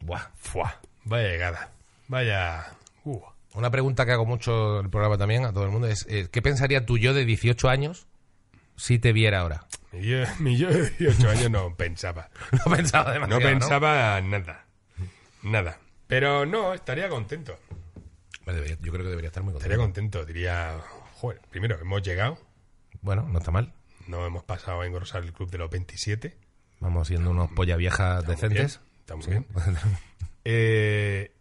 Buah. Fuá. Vaya llegada. Vaya. Uh. Una pregunta que hago mucho en el programa también a todo el mundo es, eh, ¿qué pensaría tu yo de 18 años si te viera ahora? Mi yo, mi yo de 18 años no pensaba. No pensaba No demasiado, pensaba nada. Nada. Pero no, estaría contento. Me debería- yo creo que debería estar muy Estaría contento. contento. Diría, joder, primero, hemos llegado. Bueno, no está mal. No hemos pasado a engrosar el club de los 27. Vamos siendo unos polla viejas decentes. bien, estamos Sí. bien. Eh,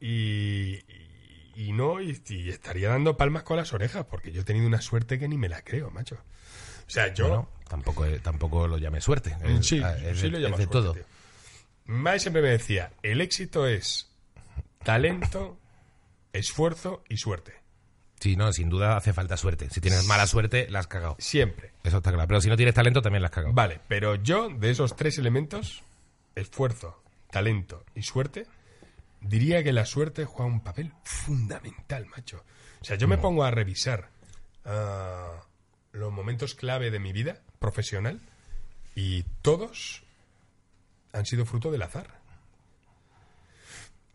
y, y- y no, y, y estaría dando palmas con las orejas, porque yo he tenido una suerte que ni me la creo, macho. O sea, yo. Mm, Bueno, tampoco, eh, tampoco lo llame suerte. Es- sí, ah, es sí de- lo llamo es de suerte, todo. tío. Mi madre siempre me decía: el éxito es talento, esfuerzo y suerte. Sí, no, sin duda hace falta suerte. Si tienes mala suerte, la has cagado. Siempre. Eso está claro. Pero si no tienes talento, también la has cagado. Vale, pero yo, de esos tres elementos, esfuerzo, talento y suerte, diría que la suerte juega un papel fundamental, macho. O sea, yo Mm. me pongo a revisar ah, los momentos clave de mi vida profesional y todos han sido fruto del azar.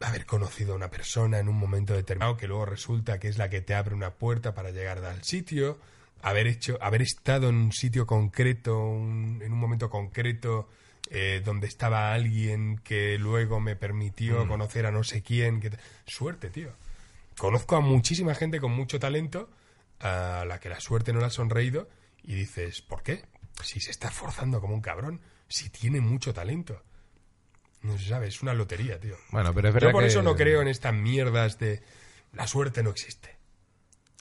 Haber conocido a una persona en un momento determinado que luego resulta que es la que te abre una puerta para llegar al sitio, haber hecho, haber estado en un sitio concreto, un- en un momento concreto eh, donde estaba alguien que luego me permitió conocer a no sé quién. que t- Suerte, tío. Conozco a muchísima gente con mucho talento a la que la suerte no la ha sonreído y dices, ¿por qué? Si se está forzando como un cabrón, si tiene mucho talento. No se sabe, es una lotería, tío. Bueno, pero es verdad Yo por que- eso no creo en estas mierdas de la suerte no existe.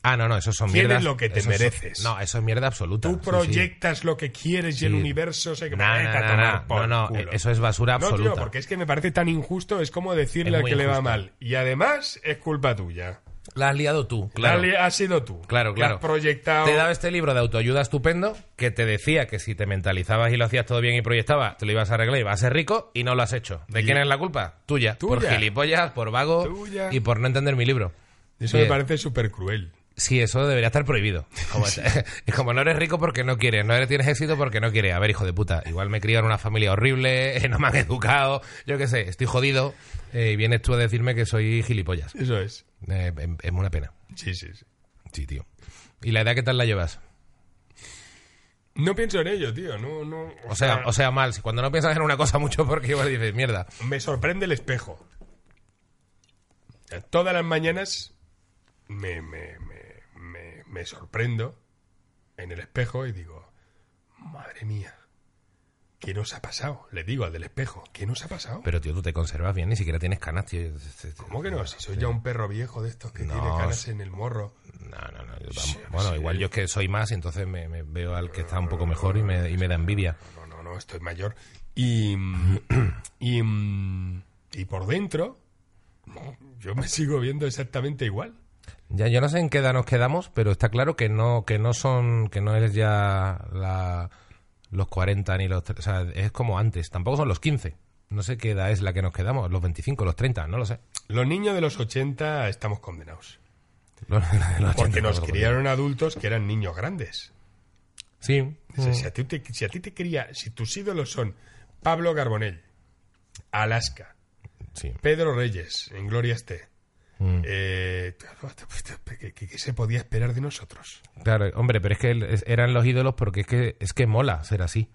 Ah, no, no, esos son Tienes mierdas. lo que te esos son- mereces. No, eso es mierda absoluta. Tú Ah, Sí, sí. proyectas lo que quieres y el Sí. universo se No, Vete a no, no, tomar no, por no, no, culo. eso es basura No, absoluta. tío, porque es que me parece tan injusto, es como Es decirle al muy que le va injusto. mal. Y además es culpa tuya. La has liado tú, claro. Dale, has sido tú. Claro, Que claro. Has proyectado. Te he dado este libro de autoayuda estupendo que te decía que si te mentalizabas y lo hacías todo bien y proyectabas, te lo ibas a arreglar y ibas a ser rico y no lo has hecho. ¿De Y- quién es la culpa? Tuya. Por Tuya. gilipollas, por vago Tuya. y por no entender mi libro. Eso Bien. me parece súper cruel. Sí, eso debería estar prohibido. Como, y como no eres rico porque no quieres, no eres, tienes éxito porque no quieres. A ver, hijo de puta, igual me crío en una familia horrible, no me han educado, yo qué sé, estoy jodido eh, y vienes tú a decirme que soy gilipollas. Eso es. Eh, em- es una pena. Sí, sí, sí. Sí, tío. ¿Y la edad qué tal la llevas? No pienso en ello, tío. No, no. O sea, o sea, mal. Si Cuando no piensas en una cosa mucho porque igual dices, mierda. Me sorprende el espejo. O sea, Todas las mañanas me, me, me, me, me sorprendo en el espejo y digo, madre mía, ¿qué nos ha pasado? Le digo al del espejo, ¿qué nos ha pasado? Pero, tío, tú te conservas bien, ni siquiera tienes canas, tío. ¿Cómo que no? Si soy ya un perro viejo de estos que No, tiene canas en el morro. No, no, no. yo tam- bueno, igual yo es que soy más y entonces me, me veo al que está un poco mejor y me, y me da envidia. No, no, no, estoy mayor. Y, y, y por dentro, no, yo me sigo viendo exactamente igual. Ya, yo no sé en qué edad nos quedamos, pero está claro que no, que no son, que no eres ya la- los 40 ni los... tre- O sea, es como antes. Tampoco son los 15. No sé qué edad es la que nos quedamos. Los 25, los 30, no lo sé. Los niños de los 80 estamos condenados. Los- los 80, Porque nos los- criaron adultos que eran niños grandes. Sí. O sea, si, a ti te, si a ti te cría, si tus ídolos son Pablo Carbonell, Alaska, Mm. Sí. Pedro Reyes, en Gloria esté, eh, ¿qué, qué- qué se podía esperar de nosotros? Claro, hombre, pero es que él- es- eran los ídolos porque es que, es que mola ser así.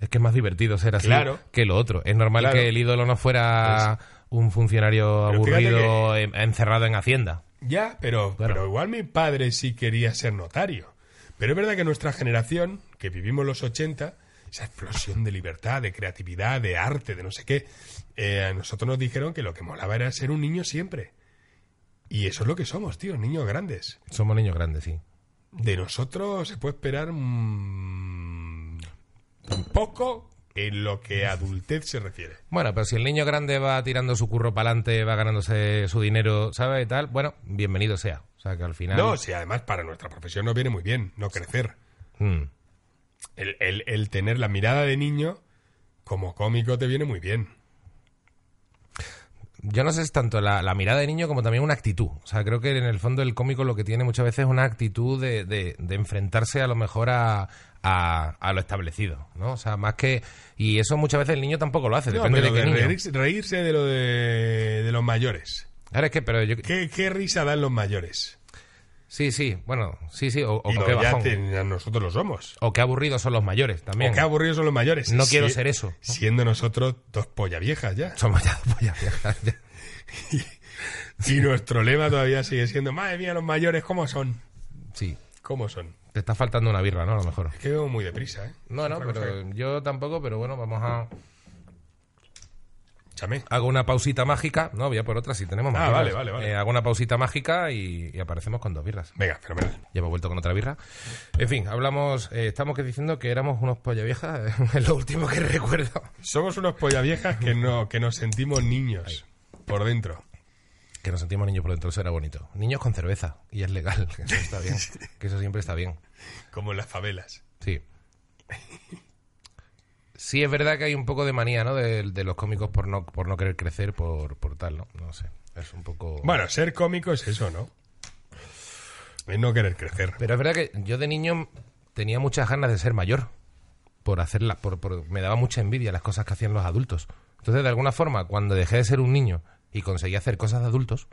Es que es más divertido ser así Claro. que lo otro. Es normal Claro. que el ídolo no fuera un funcionario Pero fíjate aburrido en- encerrado en Hacienda. Ya, pero, Claro. pero igual mi padre sí quería ser notario. Pero es verdad que nuestra generación, que vivimos los 80, esa explosión de libertad, de creatividad, de arte, de no sé qué, eh, a nosotros nos dijeron que lo que molaba era ser un niño siempre. Y eso es lo que somos, tío, niños grandes. Somos niños grandes, sí. De nosotros se puede esperar mm, poco en lo que a adultez se refiere. Bueno, pero si el niño grande va tirando su curro para adelante, va ganándose su dinero, ¿sabes? Y tal, bueno, bienvenido sea. O sea, que al final... No, si además para nuestra profesión nos viene muy bien no crecer. Mm. El, el- el tener la mirada de niño como cómico te viene muy bien. Yo no sé si es tanto la, la mirada de niño como también una actitud. O sea, creo que en el fondo el cómico lo que tiene muchas veces es una actitud de, de- de enfrentarse a lo mejor a, a- a lo establecido, ¿no? O sea, más que... Y eso muchas veces el niño tampoco lo hace, No, depende pero de qué de niño. reírse, reírse de lo de, de los mayores. Ahora es que, pero yo... ¿Qué, qué risa dan los mayores? Sí, sí, bueno, sí, sí, o, o Digo, qué ya bajón. te- ya nosotros lo somos. O qué aburridos son los mayores también. O qué aburridos son los mayores. No quiero ser eso. Siendo nosotros dos polla viejas ya. Somos ya dos pollas viejas. Y nuestro lema todavía sigue siendo, madre mía, los mayores, ¿cómo son? Sí, ¿Cómo son? te está faltando una birra, ¿no? A lo mejor. Es que veo muy deprisa, ¿eh? No, no, Otra cosa que- pero yo tampoco, pero bueno, vamos a... Chame. Hago una pausita mágica. No, voy a por otra si tenemos más. Ah, birras. vale, vale, vale. Eh, hago una pausita mágica y, y aparecemos con dos birras. Venga, fenomenal. Ya me he vuelto con otra birra. En fin, hablamos. eh, estamos que diciendo que éramos unos polla viejas. es lo último que recuerdo. Somos unos polla viejas que, no, que nos sentimos niños por dentro. Que nos sentimos niños por dentro. Eso era bonito. Niños con cerveza. Y es legal. que Eso está bien. Que eso siempre está bien. Como en las favelas. Sí. Sí, es verdad que hay un poco de manía, ¿no? De, de los cómicos por no, por no querer crecer, por, por tal, ¿no? No sé. Es un poco. Bueno, ser cómico es eso, ¿no? Es no querer crecer. Pero es verdad que yo de niño tenía muchas ganas de ser mayor. Por hacerla, por, por- me daba mucha envidia las cosas que hacían los adultos. Entonces, de alguna forma, cuando dejé de ser un niño y conseguí hacer cosas de adultos,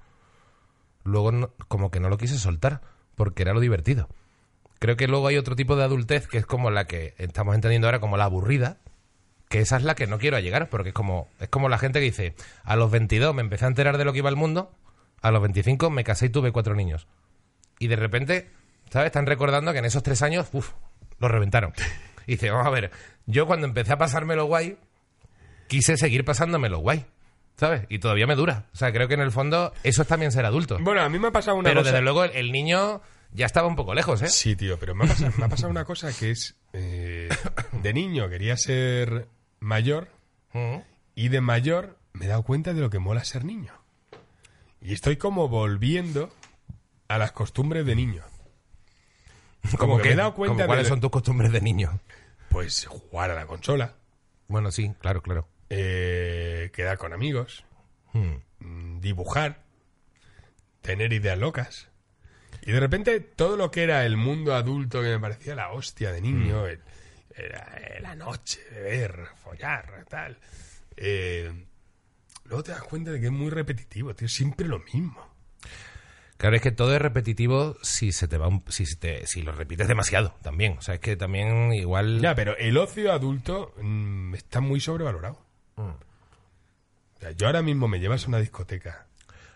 luego no- como que no lo quise soltar, porque era lo divertido. Creo que luego hay otro tipo de adultez que es como la que estamos entendiendo ahora como la aburrida, que esa es la que no quiero llegar, porque es como, es como la gente que dice, a los 22 me empecé a enterar de lo que iba al mundo, a los 25 me casé y tuve cuatro niños. Y de repente, ¿sabes? Están recordando que en esos tres años, uff, lo reventaron. Y dice, vamos a ver, yo cuando empecé a pasármelo guay, quise seguir pasándomelo guay, ¿sabes? Y todavía me dura. O sea, creo que en el fondo eso es también ser adulto. Bueno, a mí me ha pasado una Pero cosa. desde luego el, el niño ya estaba un poco lejos, ¿eh? Sí, tío, pero me ha pasado, me ha pasado una cosa que es. eh, de niño quería ser mayor Mm. y de mayor me he dado cuenta de lo que mola ser niño. Y estoy como volviendo a las costumbres de niño. Como que me he dado cuenta como de- cuáles son tus costumbres de niño. Pues jugar a la consola, Bueno, sí, claro, claro. eh, quedar con amigos, Mm. mm, dibujar, tener ideas locas. Y de repente todo lo que era el mundo adulto que me parecía la hostia de niño, Hmm. el- era, eh, la noche, beber, follar, tal. eh, luego te das cuenta de que es muy repetitivo, tío, siempre lo mismo. Claro, es que todo es repetitivo si se te va un- si, se te- si lo repites demasiado también. O sea, es que también igual... Ya, pero el ocio adulto mm, está muy sobrevalorado. Hmm. O sea, yo ahora mismo me llevas a una discoteca.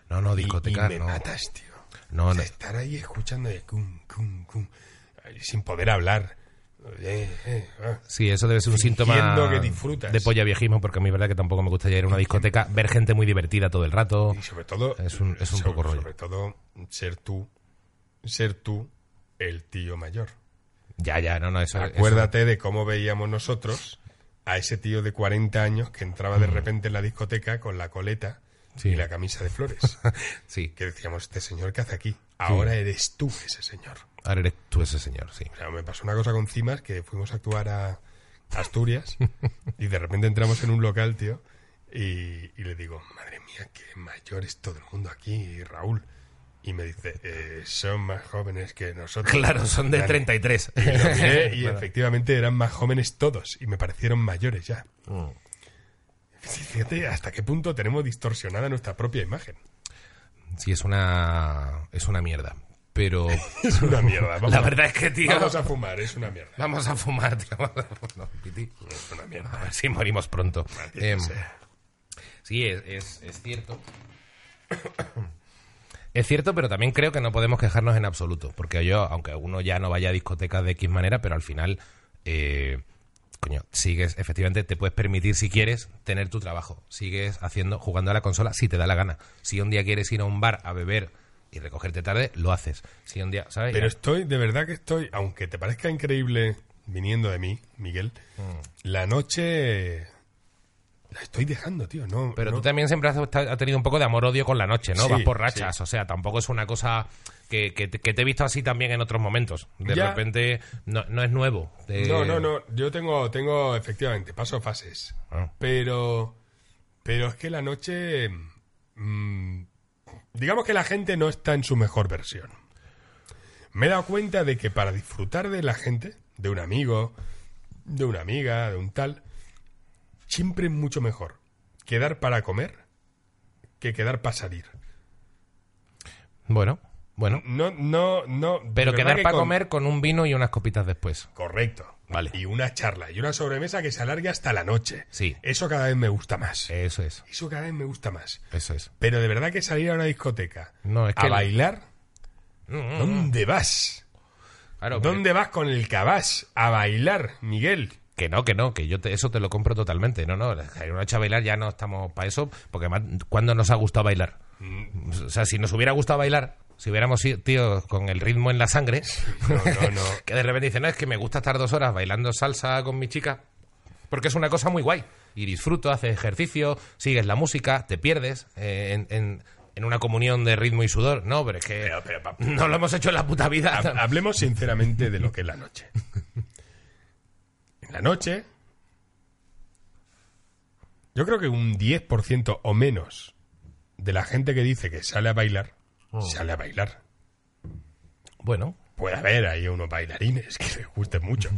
No, no, y- discoteca, y me no. matas, tío. No, O no. sea, estar ahí escuchando de cum, cum, cum, eh, sin poder hablar. Eh, eh, ah. Sí, eso debe ser un Fingiendo síntoma que disfrutas. de polla viejismo, porque a mí es verdad que tampoco me gusta ir a una discoteca, ver gente muy divertida todo el rato. Y sobre todo. Es un- es un sobre- poco rollo. Sobre todo, ser tú. Ser tú el tío mayor. Ya, ya, no, no, eso eso- Acuérdate de cómo veíamos nosotros a ese tío de 40 años que entraba de repente en la discoteca con la coleta Mm. Sí. y la camisa de flores. Sí, que decíamos, este señor, ¿qué hace aquí? Ahora eres tú ese señor. ahora eres tú ese señor, sí. O sea, me pasó una cosa con Cimas que fuimos a actuar a Asturias y de repente entramos en un local, tío, y, y le digo, madre mía, qué mayor es todo el mundo aquí, Raúl. Y me dice, "Eh, son más jóvenes que nosotros. Claro, son de Dani. 33. Y lo miré y efectivamente eran más jóvenes todos y me parecieron mayores ya. Mm. Fíjate hasta qué punto tenemos distorsionada nuestra propia imagen. Sí, es una, es una mierda. Pero Es una mierda. Vamos, la a- verdad es que, tío, Vamos a fumar, es una mierda. vamos a fumar, tío. No, piti. Es una mierda. A ver si morimos pronto. Maldita Em, sea. sí, es, es- es cierto. Es cierto, pero también creo que no podemos quejarnos en absoluto. Porque yo, aunque uno ya no vaya a discotecas de X manera, pero al final, eh, coño, sigues, efectivamente, te puedes permitir, si quieres, tener tu trabajo. Sigues haciendo, jugando a la consola si te da la gana. Si un día quieres ir a un bar a beber y recogerte tarde, lo haces. Si un día, ¿sabes? Pero estoy, de verdad que estoy, aunque te parezca increíble viniendo de mí, Miguel, Mm. la noche la estoy dejando, tío. No, Pero no- tú también siempre has, has tenido un poco de amor-odio con la noche, ¿no? Sí, Vas por rachas, o sea, tampoco es una cosa que, que te- que te he visto así también en otros momentos. De Ya. repente no, no es nuevo. Eh, No, no, no. Yo tengo, tengo, efectivamente, paso fases. Ah. Pero. Pero es que la noche. mm, digamos que la gente no está en su mejor versión. Me he dado cuenta de que para disfrutar de la gente, de un amigo, de una amiga, de un tal, siempre es mucho mejor quedar para comer que quedar para salir. Bueno, bueno. No, no, no. de Pero verdad quedar que para con- comer con un vino y unas copitas después. Correcto. Vale. Y una charla y una sobremesa que se alargue hasta la noche. Sí. Eh. Eso cada vez me gusta más. Eso es, Eso cada vez me gusta más. eso es. Pero de verdad que salir a una discoteca No, es a que la- bailar, Mm, mm, ¿dónde vas? claro, porque- ¿Dónde vas con el cabas a bailar, Miguel? Que no, que no, que yo te- eso te lo compro totalmente. No, no, una noche a bailar ya no estamos para eso, porque además, ¿cuándo nos ha gustado bailar? Mm. O sea, si nos hubiera gustado bailar, si hubiéramos ido, tío, con el ritmo en la sangre, No, no, no. que de repente dicen, no, es que me gusta estar dos horas bailando salsa con mi chica, porque es una cosa muy guay. Y disfruto, haces ejercicio, sigues la música, te pierdes eh, en, en- en una comunión de ritmo y sudor. No, pero es que Pero, Ah, pero, pa- no lo hemos hecho en la puta vida. Ha- Hablemos sinceramente de lo que es la noche. En la noche, yo creo que un 10% o menos de la gente que dice que sale a bailar, Oh. sale a bailar. Bueno, Puede haber ahí unos bailarines que les guste mucho.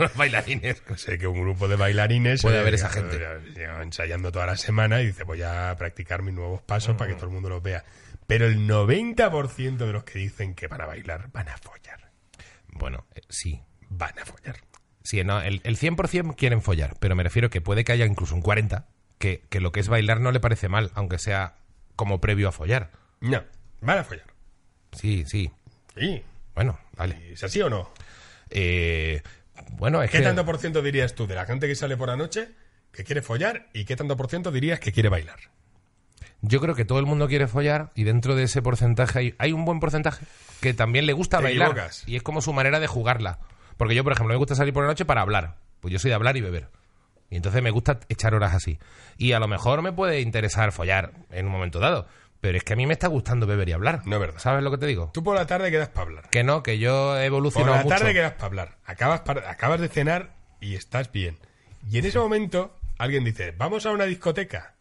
los bailarines. sé que un grupo de bailarines Puede eh, haber esa eh, gente. lleva ensayando toda la semana y dice voy a practicar mis nuevos pasos para que Oh. todo el mundo los vea pero el 90% de los que dicen que van a bailar van a follar Bueno, eh, sí, van a follar Sí, no, el, el 100% quieren follar, pero me refiero que puede que haya incluso un 40% que, que lo que es bailar no le parece mal, aunque sea como previo a follar. no van a follar Sí, sí. sí Bueno, vale. ¿es así o no? Eh, bueno, es ¿qué que... tanto por ciento dirías tú de la gente que sale por la noche que quiere follar y qué tanto por ciento dirías que quiere bailar? Yo creo que todo el mundo quiere follar y dentro de ese porcentaje hay, hay un buen porcentaje que también le gusta Te bailar. equivocas. Y es como su manera de jugarla. Porque yo, por ejemplo, me gusta salir por la noche para hablar. Pues yo soy de hablar y beber. Y entonces me gusta echar horas así. Y a lo mejor me puede interesar follar en un momento dado. Pero es que a mí me está gustando beber y hablar. No es verdad. ¿Sabes lo que te digo? tú por la tarde quedas para hablar Que no, que yo he Por evolucionado la mucho. tarde quedas para hablar. Acabas, par- acabas de cenar y estás bien. Y en ese momento alguien dice, vamos a una discoteca.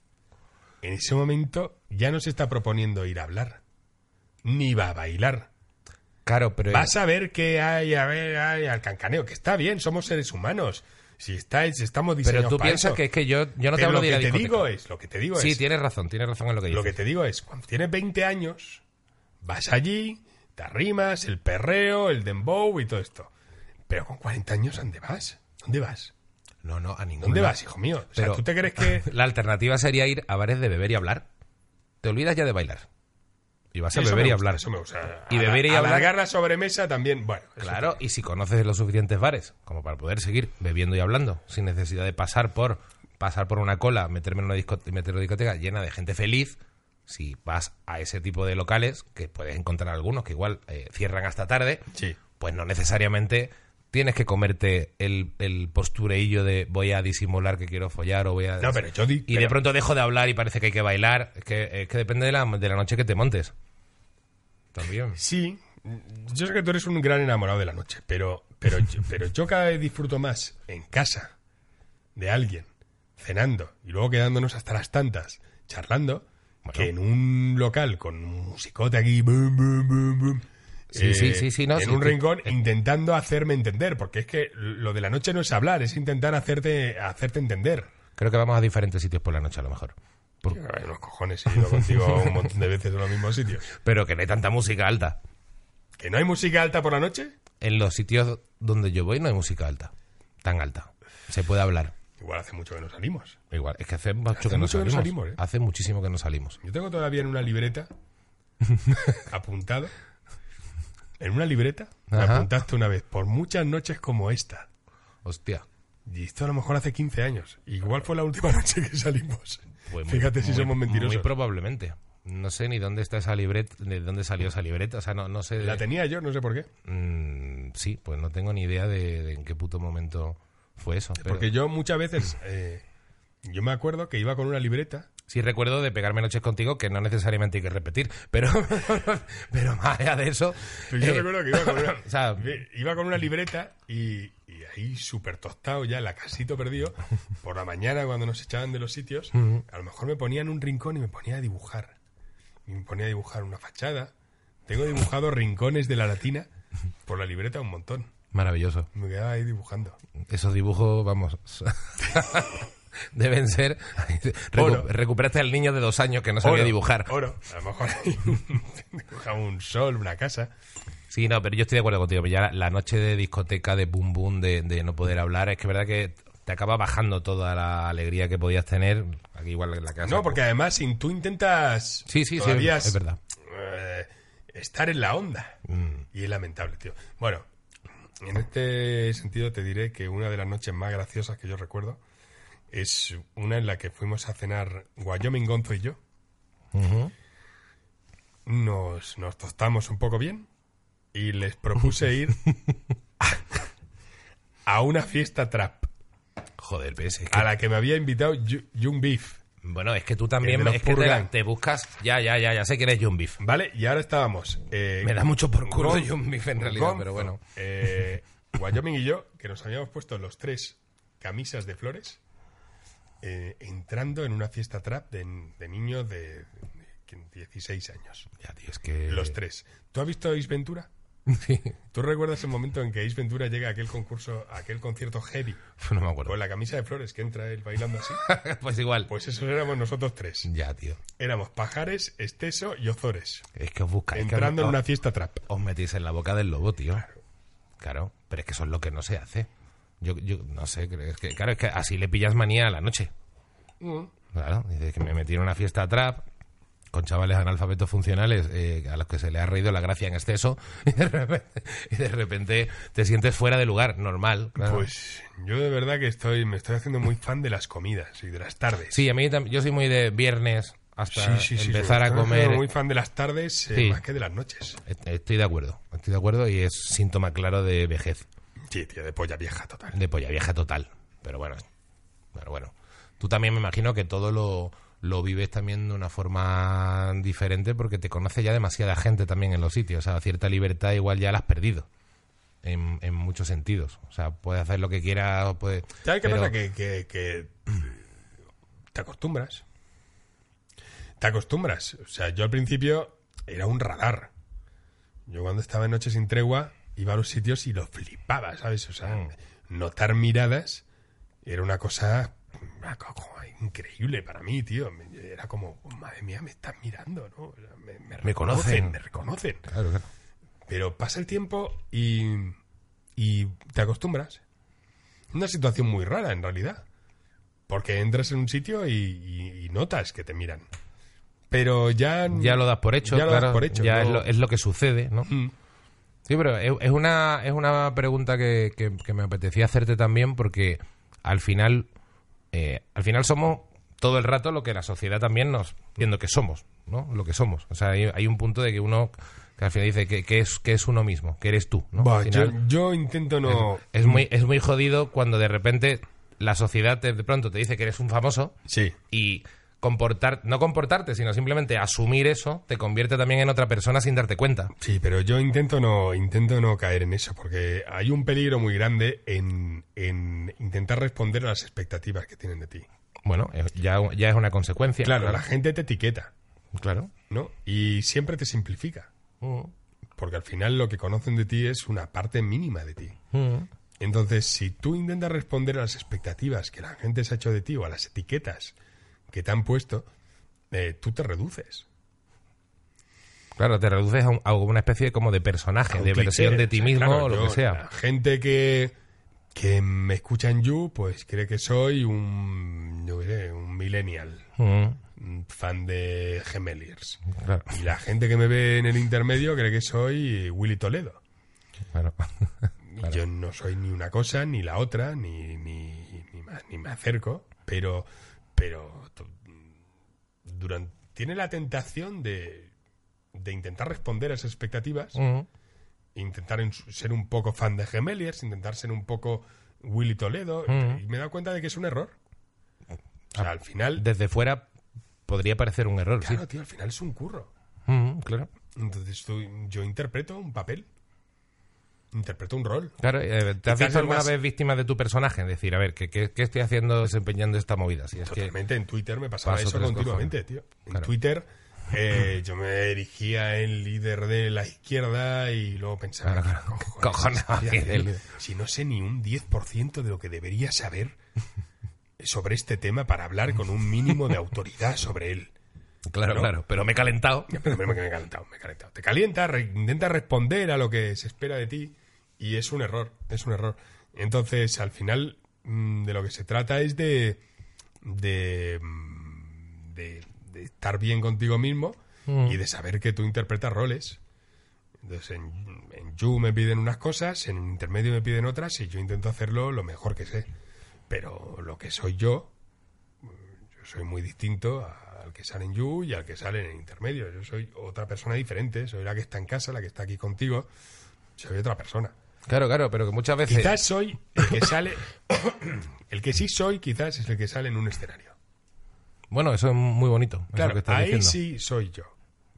En ese momento ya no se está proponiendo ir a hablar. Ni va a bailar. Claro, pero... Vas a ver qué hay, a ver, hay al cancaneo. Que está bien, somos seres humanos. Si estáis, estamos Pero diseñados tú para piensas eso. que es que yo, yo no te Pero hablo lo de que ir a te discoteca. digo es, lo que te digo Sí, es, tienes razón, tienes razón en lo que dices. lo que te digo es, cuando tienes 20 años, vas allí, te arrimas, el perreo, el dembow y todo esto. Pero con 40 años, ¿dónde vas? ¿Dónde vas? No, no, a ningún ¿Dónde lado. vas, hijo mío? O sea, Pero- ¿tú te crees que La alternativa sería ir a bares de beber y hablar. Te olvidas ya de bailar. Y vas a Eso me beber y gusta, hablar. Eso me gusta. Y Ala- beber y hablar- alargar la sobremesa también, bueno. eso Claro, y si conoces los suficientes bares como para poder seguir bebiendo y hablando sin necesidad de pasar por pasar por una cola, meterme en una, disco- meterme en una discoteca llena de gente feliz, si vas a ese tipo de locales, que puedes encontrar algunos que igual eh, cierran hasta tarde, Sí. pues no necesariamente tienes que comerte el, el postureillo de voy a disimular que quiero follar o voy a... No, pero yo di- y de pero- pronto dejo de hablar y parece que hay que bailar. Es que, es que depende de la, de la noche que te montes. También. Sí, yo sé que tú eres un gran enamorado de la noche, pero, pero, yo, pero yo cada vez disfruto más en casa de alguien, cenando y luego quedándonos hasta las tantas, charlando, Bueno. que en un local con un musicote aquí, bum, bum, bum, bum, eh, Sí, sí, sí, sí, no, en sí, un sí. rincón intentando hacerme entender, porque es que lo de la noche no es hablar, es intentar hacerte, hacerte entender. Creo que vamos a diferentes sitios por la noche a lo mejor. Por- A ver, unos cojones, he ido contigo un montón de veces a los mismos sitios. Pero que no hay tanta música alta. ¿Que no hay música alta por la noche? En los sitios donde yo voy no hay música alta. Tan alta. Se puede hablar. Igual hace mucho que no salimos. Igual, es que hace mucho, Hace que, no mucho que no salimos. salimos, ¿eh? Hace muchísimo que no salimos. Yo tengo todavía en una libreta apuntado. En una libreta me Ajá. apuntaste una vez, por muchas noches como esta. Hostia. Y esto a lo mejor hace 15 años. Igual fue la última noche que salimos. Pues muy- Fíjate si muy- somos mentirosos. Muy probablemente. No sé ni dónde está esa libreta, de dónde salió esa libreta. O sea, no, no sé. de- La tenía yo, no sé por qué. Mm, sí, pues no tengo ni idea de, de en qué puto momento fue eso. pero Porque yo muchas veces, eh, yo me acuerdo que iba con una libreta. sí recuerdo de pegarme noches contigo, que no necesariamente hay que repetir, pero, pero más allá de eso. Pero Pues yo eh, recuerdo que iba con una, o sea, iba con una libreta y, y ahí súper tostado ya, la casito perdido. Por la mañana cuando nos echaban de los sitios, a lo mejor me ponía en un rincón y me ponía a dibujar. Y me ponía a dibujar una fachada. Tengo dibujado rincones de la latina por la libreta un montón. maravilloso. Me quedaba ahí dibujando. Esos dibujos, vamos. Deben ser. Recu- Oro. Recuperaste al niño de dos años que no sabía Oro, dibujar. Oro. A lo mejor ahí dibujaba un sol, una casa. Sí, no, pero yo estoy de acuerdo contigo. pero Ya la, la noche de discoteca, de boom boom, de, de no poder hablar, es que es verdad que te acaba bajando toda la alegría que podías tener. Aquí igual en la casa. No, porque además sin- tú intentas Sí, sí, sí, todavía es verdad. eh, estar en la onda. Y es lamentable, tío. Bueno, en este sentido te diré que una de las noches más graciosas que yo recuerdo es una en la que fuimos a cenar Wyoming Gonzo y yo. Ujú. Nos, nos tostamos un poco bien y les propuse ir a, a una fiesta trap Joder, PS. a la que me había invitado Yu- Jung Beef. Ah, Bueno, es que tú El de también los es que te, la- Purgan. te buscas. Ya, ya, ya, ya sé que eres John Beef. ¿Vale? Y ahora estábamos. eh, Me da mucho por culo Gonzo- John Beef en realidad, Gonzo, pero bueno. eh, Wyoming y yo, que nos habíamos puesto los tres camisas de flores, eh, entrando en una fiesta trap de, de niños de, de 16 años. Ya, tío, es que. Los tres. ¿Tú has visto Ace Ventura? Sí. pues ¿Tú recuerdas el momento en que Ace Ventura llega a aquel concurso, a aquel concierto heavy, No me acuerdo. con la camisa de flores que entra él bailando así? Pues igual. Pues esos éramos nosotros tres. Ya, tío. Éramos Pajares, Esteso y Ozores, Es que os buscáis. que os- entrando en os- una fiesta trap. os metéis en la boca del lobo, tío. Claro. pero es que eso es lo que no se hace. Yo, yo no sé, creo- es que, claro, es que así le pillas manía a la noche. Mm. Claro, dices que me metí en una fiesta trap con chavales analfabetos funcionales eh, a los que se le ha reído la gracia en exceso y de repente, y de repente te sientes fuera de lugar, normal. claro. Pues yo de verdad que estoy, me estoy haciendo muy fan de las comidas y de las tardes. Sí, a mí tam- yo soy muy de viernes hasta empezar me a estoy comer. haciendo Muy fan de las tardes eh, Sí. más que de las noches. Est- Estoy de acuerdo, estoy de acuerdo y es síntoma claro de vejez. Sí, tío, de polla vieja total. De polla vieja total. Pero bueno, pero bueno. Tú también me imagino que todo lo, lo vives también de una forma diferente porque te conoce ya demasiada gente también en los sitios. O sea, cierta libertad igual ya la has perdido. En, en muchos sentidos. O sea, puedes hacer lo que quieras. Puedes, ¿Sabes qué pero- pasa? Que, que- que te acostumbras. Te acostumbras. O sea, yo al principio era un radar. Yo cuando estaba en Noches sin Tregua iba a los sitios y lo flipaba, ¿sabes? O sea, Mm. notar miradas era una cosa una co- como increíble para mí, tío. Me- Era como, madre mía, me están mirando, ¿no? O sea, Me, Me conocen. Me reconocen. Claro, claro. Pero pasa el tiempo y, y te acostumbras. Una situación muy rara, en realidad. Porque entras en un sitio y, y- y notas que te miran. Pero ya... Ya lo das por hecho, Ya lo das claro, por hecho, Ya no- es, lo, es lo que sucede, ¿no? Mm. Sí, pero es, es una, es una pregunta que, que- que me apetecía hacerte también porque al final, eh, al final somos todo el rato lo que la sociedad también nos viendo que somos, ¿no? Lo que somos. O sea, hay, hay un punto de que uno que al final dice que, que es que es uno mismo, que eres tú, ¿no? Buah, Al yo, final- yo intento no... es muy es muy jodido cuando de repente la sociedad te- de pronto te dice que eres un famoso Sí. y comportar no comportarte sino simplemente asumir eso te convierte también en otra persona sin darte cuenta Sí, pero yo intento no, intento no caer en eso, porque hay un peligro muy grande en, en intentar responder a las expectativas que tienen de ti. bueno eh, ya, ya es una consecuencia Claro, la gente te etiqueta, claro ¿no? Y siempre te simplifica. Mm, Porque al final lo que conocen de ti es una parte mínima de ti. mm. Entonces, si tú intentas responder a las expectativas que la gente se ha hecho de ti o a las etiquetas que te han puesto, eh, tú te reduces. Claro, te reduces a, un- a una especie como de personaje, A un de cliché. versión de ti O sea, mismo claro, o lo yo, que sea. la gente que, que me escucha en You, pues cree que soy un, yo qué sé, un millennial, Mm, un fan de Gemeliers. claro, Y la gente que me ve en el intermedio cree que soy Willy Toledo. claro. Y Yo no soy ni una cosa ni la otra, ni, ni, ni, más, ni me acerco, pero, pero tu- duran- tiene la tentación de, de intentar responder a esas expectativas, Mm, intentar en- ser un poco fan de Gemeliers, intentar ser un poco Willy Toledo, Mm. y me he dado cuenta de que es un error. O sea, al final, Desde fuera podría parecer un error, Ah, sí. claro, tío, al final es un curro. Mm, claro. Entonces tú- yo interpreto un papel, interpreto un rol. Claro, eh, ¿te has Quizás visto el alguna más- vez víctima de tu personaje? Es decir, a ver, ¿qué, qué, qué estoy haciendo desempeñando esta movida? Si es que, Totalmente, en Twitter me pasaba Paso eso tres continuamente, tío. En Twitter eh, yo me erigía en líder de la izquierda y luego pensaba, Claro, claro. "¿Qué Cojones, estoy Ángel?" haciendo? si no sé ni un 10% de lo que debería saber sobre este tema para hablar con un mínimo de autoridad sobre él. claro, claro, pero me he calentado. Pero me, me he calentado, me he calentado. Te calienta, re- intenta responder a lo que se espera de ti y es un error, es un error. Entonces, al final, mm, de lo que se trata es de. de. mm, de, de estar bien contigo mismo y de saber que tú interpretas roles. Entonces, en, en You me piden unas cosas, en Intermedio me piden otras y yo intento hacerlo lo mejor que sé. Pero lo que soy yo, yo soy muy distinto a- al que sale en You y al que sale en el intermedio. Yo soy otra persona diferente, soy la que está en casa, la que está aquí contigo, soy otra persona. Claro, claro, pero que muchas veces... Quizás soy el que sale, el que sí soy quizás es el que sale en un escenario. Bueno, eso es muy bonito. eso Claro, que estás ahí diciendo. sí soy yo,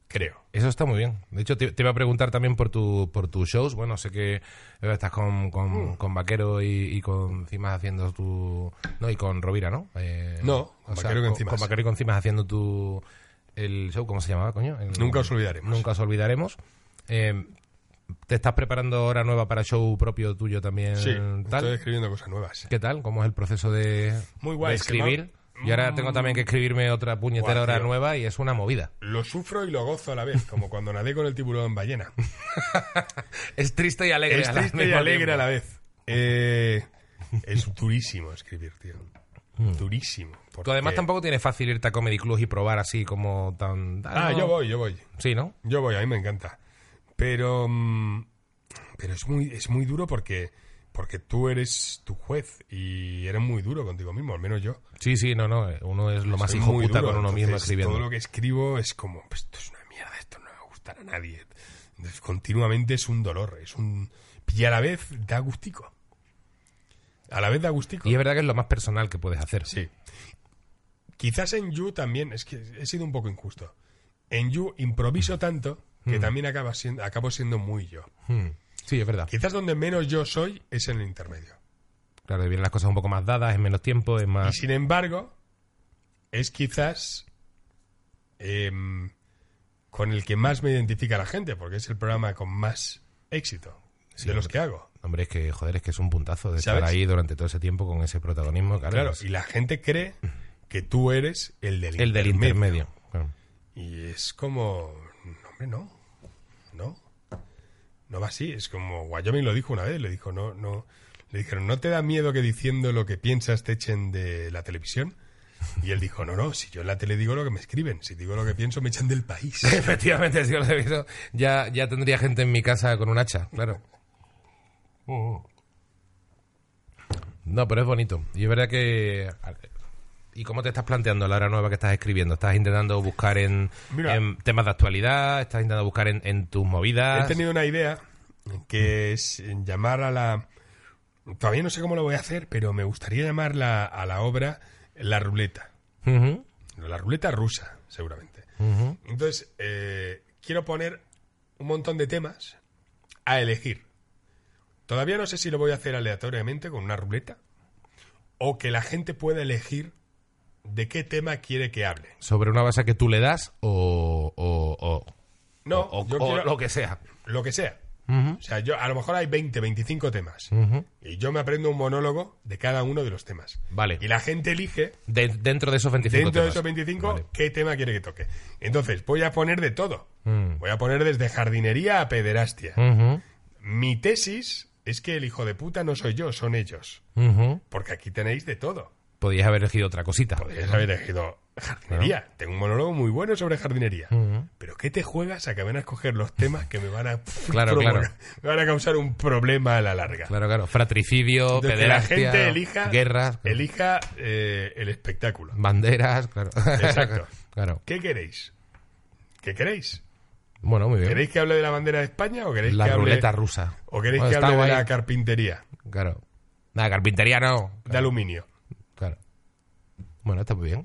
creo. Eso está muy bien. De hecho, te, te iba a preguntar también por tu por tus shows. Bueno, sé que eh, estás con, Mm. con, con Vaquero y, y con Cimas haciendo tu... No, y con Rovira, ¿no? Eh, No, con Vaquero y con con, Cimas. con Vaquero y con Cimas haciendo tu... El show, ¿cómo se llamaba, coño? El- Nunca os olvidaremos. Nunca os olvidaremos. Eh, ¿Te estás preparando ahora nueva para show propio tuyo también? Sí, tal? estoy escribiendo cosas nuevas. ¿Qué tal? ¿Cómo es el proceso de, Muy guay, de es que me ha- escribir? Y ahora tengo también que escribirme otra puñetera Guau, hora tío. nueva y es una movida. Lo sufro y lo gozo a la vez, como cuando nadé con el tiburón ballena. Es triste y alegre. Es a la triste y misma alegre tiempo. a la vez. Eh, es durísimo escribir, tío. Mm. Durísimo. Tú además porque- tampoco tienes fácil irte a comedy clubs y probar así como tan... Ah, no. yo voy, yo voy. Sí, ¿no? Yo voy, a mí me encanta. Pero. mm, Pero es muy, es muy duro porque. Porque tú eres tu juez y eres muy duro contigo mismo, al menos yo. Sí, sí, no, no. eh, Uno es lo más Soy hijo muy puta duro, con uno mismo entonces, escribiendo. Todo lo que escribo es como, "Pues esto es una mierda, esto no va a gustar a nadie. Entonces, continuamente es un dolor, es un... Y a la vez da gustico. A la vez da gustico. Y es verdad que es lo más personal que puedes hacer. Sí. Quizás en You también, es que he sido un poco injusto. En You Mm. improviso tanto que también acaba siendo, acabo siendo muy yo. Hmm. Sí, es verdad. Quizás donde menos yo soy es en el intermedio. Claro, vienen las cosas un poco más dadas, en menos tiempo, es Y más... sin embargo, es quizás em, con el que más me identifica la gente, porque es el programa con más éxito de los que hago. Hombre, es que, joder, es que es un puntazo de estar ¿Sabes? ahí durante todo ese tiempo con ese protagonismo. Claro, Claro, es y la gente cree que tú eres el del, el del intermedio. claro. Y es como, no, hombre, no, no, no va así. Es como Wyoming lo dijo una vez, le dijo, no, no, le dijeron, ¿no te da miedo que diciendo lo que piensas te echen de la televisión? Y él dijo, no, no, si yo en la tele digo lo que me escriben, si digo lo que pienso me echan del país. Efectivamente, si yo lo he visto, ya, ya tendría gente en mi casa con un hacha, claro. No, pero es bonito. Y es verdad que... ¿Y cómo te estás planteando la hora nueva que estás escribiendo? ¿Estás intentando buscar en, Mira. en temas de actualidad? ¿Estás intentando buscar en, en tus He movidas? tenido una idea que es llamar a la. Todavía no sé cómo lo voy a hacer, pero me gustaría llamar la- a la obra La Ruleta. Ujú, La ruleta rusa, seguramente. ujú. Entonces, eh, quiero poner un montón de temas a elegir. Todavía no sé si lo voy a hacer aleatoriamente con una ruleta o que la gente pueda elegir de qué tema quiere que hable. ¿Sobre una base que tú le das o... o, o No, o- yo o quiero- lo que sea. lo que sea. Ujú. O sea, yo, a lo mejor hay 20, 25 temas. Ujú. Y yo me aprendo un monólogo de cada uno de los temas. Vale. Y la gente elige, De- dentro de esos 25 dentro de temas. esos 25, Vale. qué tema quiere que toque. Entonces, voy a poner de todo. Mm. Voy a poner desde jardinería a pederastia. Ujú, Mm. Mi tesis es que el hijo de puta no soy yo, son ellos. ujú. Porque aquí tenéis de todo. Podías haber elegido otra cosita. Podrías haber elegido jardinería. Tengo un monólogo muy bueno sobre jardinería. Mm. Pero ¿qué te juegas a que van a escoger los temas que me van a Claro, claro. me van a causar un problema a la larga? Claro, claro. Fratricidio, Entonces, que la pederastia, gente elija, guerras, elija eh, el espectáculo. banderas, claro. Exacto. claro. ¿Qué queréis? ¿Qué queréis? Bueno, muy bien. ¿Queréis que hable de la bandera de España o queréis La que hable ruleta rusa. o queréis Bueno, que está hable de guay. la carpintería Claro. Nada, carpintería no. de aluminio? Claro. Bueno, está muy bien.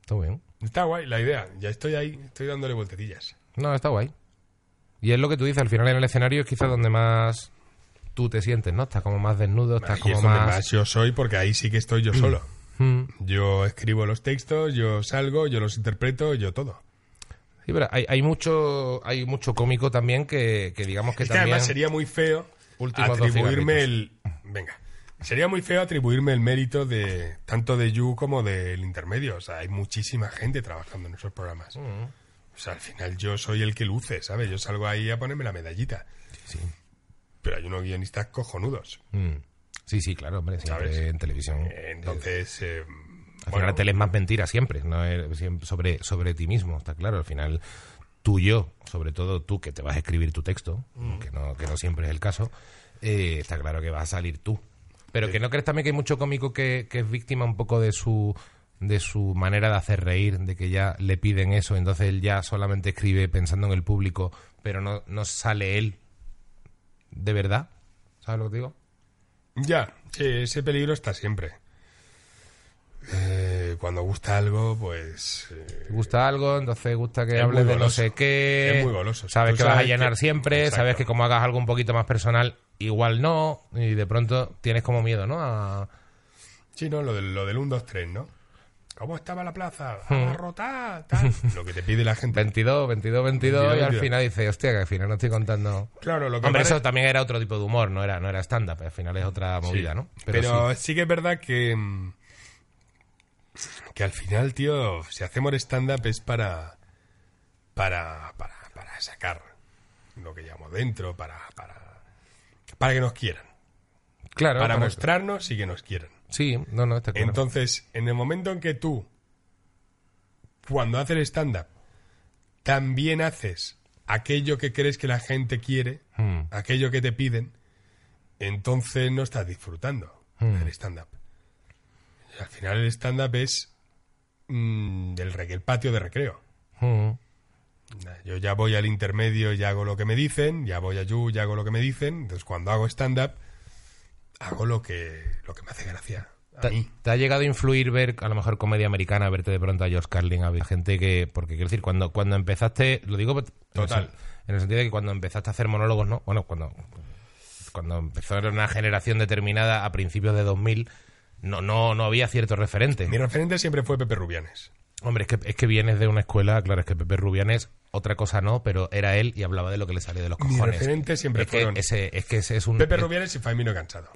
Está muy bien. Está guay la idea. Ya estoy ahí, estoy dándole vueltecillas. No, está guay. Y es lo que tú dices, al final en el escenario es quizás donde más tú te sientes, ¿no? Estás como más desnudo, estás Ahí Ah, como es donde más... más yo soy porque ahí sí que estoy yo solo. Mm. Yo escribo los textos, yo salgo, yo los interpreto, yo todo. Sí, pero hay, hay mucho hay mucho cómico también que, que digamos que Es que también... además sería muy feo Últimos dos atribuirme el. Venga. Sería muy feo atribuirme el mérito de tanto de You como del intermedio. O sea, hay muchísima gente trabajando en esos programas. O sea, al final yo soy el que luce, ¿sabes? Yo salgo ahí a ponerme la medallita. Pero hay unos guionistas cojonudos. Mm. Sí, sí, claro, hombre, siempre ¿Sabes? en televisión. Entonces, eh, Al final bueno, la tele es más mentira siempre, ¿no? Es siempre sobre, sobre ti mismo, está claro. Al final tú y yo, sobre todo tú que te vas a escribir tu texto, Mm. que, no, que no siempre es el caso, eh, está claro que vas a salir tú. Pero que no crees también que hay mucho cómico que, que es víctima un poco de su de su manera de hacer reír, de que ya le piden eso, entonces él ya solamente escribe pensando en el público, pero no, no sale él de verdad. ¿Sabes lo que te digo? ya, sí, ese peligro está siempre. Eh, cuando gusta algo, pues... eh, Te gusta algo, entonces gusta que Es hables muy de no goloso. sé qué. Es muy goloso. Sabes Tú que vas a sabes llenar que- siempre, Exacto. sabes que como hagas algo un poquito más personal, igual no, y de pronto tienes como miedo, ¿no? A- Sí, no, lo del, lo del 1, 2, 3, ¿no? ¿Cómo estaba la plaza? Hmm. Abarrotada, tal. Lo que te pide la gente. 22, 22, 22, y al 22. final dices, hostia, que al final no estoy contando. Claro, lo que Hombre, parece- eso también era otro tipo de humor, no era, no era stand-up, al final es otra movida, Sí. ¿no? Pero, sí. sí. que es verdad que. mm, Que al final, tío, si hacemos stand-up es para. Para, para, para sacar lo que llevamos dentro, para, para, para que nos quieran. claro, Para para- mostrarnos y que nos quieran. Sí, no, no, está claro. Entonces, en el momento en que tú, cuando haces stand-up, también haces aquello que crees que la gente quiere, Mm. aquello que te piden, entonces no estás disfrutando del stand-up. Al final el stand-up es mm, del re- el patio de recreo. Mm. Yo ya voy al intermedio y hago lo que me dicen, ya voy a You y hago lo que me dicen, entonces cuando hago stand-up, hago lo que, lo que me hace gracia. A ¿Te, mí. te ha llegado a influir ver a lo mejor comedia americana, verte de pronto a George Carlin, a ver gente que. Porque quiero decir, cuando, cuando empezaste. Lo digo en el Total. sen- En el sentido de que cuando empezaste a hacer monólogos, ¿no? Bueno, cuando. Cuando empezó era una generación determinada a principios de 2000, no, no, no había cierto referente. Mi referente siempre fue Pepe Rubianes. Hombre, es que, es que vienes de una escuela, claro, es que Pepe Rubianes, otra cosa no, pero era él y hablaba de lo que le salía de los Mi cojones. referente siempre es que fueron- ese, es que ese es un. Pepe es- Rubianes y Faimino Cansado.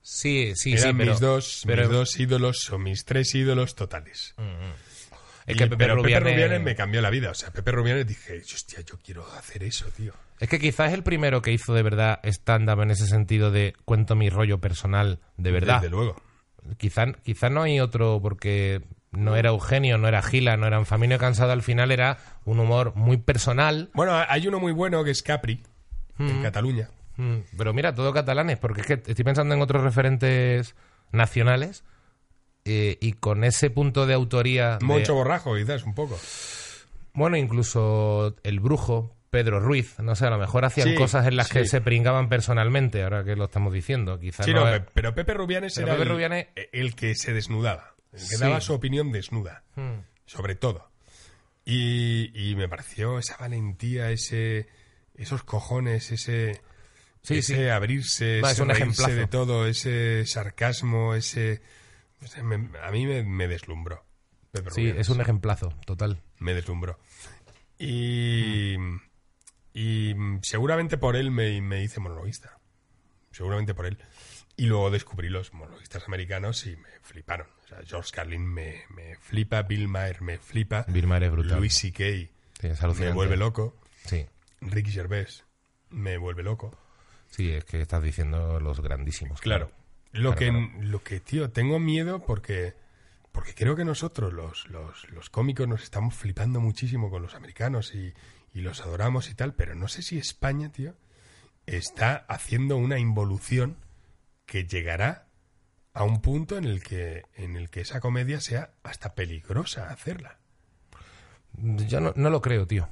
Sí, sí, Eran sí, pero. mis, dos, pero- Mm. mis dos ídolos o mis tres ídolos totales. es Y- que Pepe pero Rubianes- Pepe Rubianes me cambió la vida. O sea, Pepe Rubianes dije, hostia, yo quiero hacer eso, tío. Es que quizás es el primero que hizo de verdad stand-up en ese sentido de cuento mi rollo personal de verdad. Desde luego. Quizás quizá no hay otro porque no era Eugenio, no era Gila, no era Anfamino Cansado. Al final era un humor muy personal. Bueno, hay uno muy bueno que es Capri, en Cataluña. Mm, Pero mira, todo catalanes, porque es que estoy pensando en otros referentes nacionales eh, y con ese punto de autoría. de- Moncho Borrajo, quizás, un poco. Bueno, incluso el brujo, Pedro Ruiz, no sé, a lo mejor hacían Sí, cosas en las que sí. se pringaban personalmente, ahora que lo estamos diciendo. Quizás Sí, no no, es- pe- pero Pepe Rubianes Pero era Pepe el, e-, Rubianes- el que se desnudaba, el que Sí. Hmm. daba su opinión desnuda, sobre todo. Y, y me pareció esa valentía, ese esos cojones, ese, Sí, ese sí. abrirse, Va, es ese un reírse ejemplazo. de todo, ese sarcasmo, ese... no sé, me- a mí me, me deslumbró. Pepe Sí, Rubianes. es un ejemplazo, total. Me deslumbró. Y, Y mm, seguramente por él me, me hice monologuista. Seguramente por él. Y luego descubrí los monologuistas americanos y me fliparon. O sea, George Carlin me, me flipa, Bill Maher me flipa. Bill Maher es brutal. Louis C.K. Sí, es me alucinante. vuelve loco. Sí. Ricky Gervais me vuelve loco. Sí, es que estás diciendo los grandísimos. Claro. Lo, Claro, que, claro. lo que, tío, tengo miedo porque, porque creo que nosotros, los, los, los cómicos, nos estamos flipando muchísimo con los americanos y, y los adoramos y tal, pero no sé si España, tío, está haciendo una involución que llegará a un punto en el que, en el que esa comedia sea hasta peligrosa hacerla. Yo no, no lo creo, tío.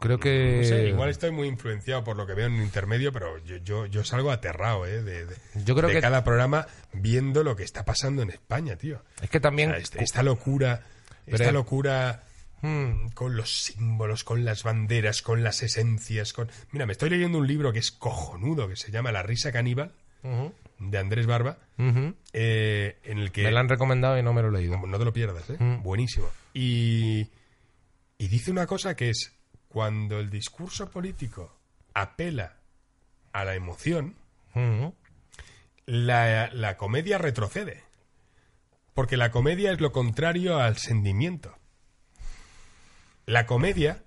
Creo que. No sé, igual estoy muy influenciado por lo que veo en intermedio, pero yo, yo, yo salgo aterrado, ¿eh? De, de- Yo creo de que- cada programa viendo lo que está pasando en España, tío. Es que también. O sea, este- esta locura, Pero- esta locura mm, con los símbolos, con las banderas, con las esencias, con... Mira, me estoy leyendo un libro que es cojonudo, que se llama La risa caníbal, Ujú, de Andrés Barba, ujú. eh, en el que... Me lo han recomendado y no me lo he leído. No te lo pierdas, ¿eh? Mm. Buenísimo. Y, y dice una cosa que es, cuando el discurso político apela a la emoción, Ujú. la, la comedia retrocede. Porque la comedia es lo contrario al sentimiento. La comedia.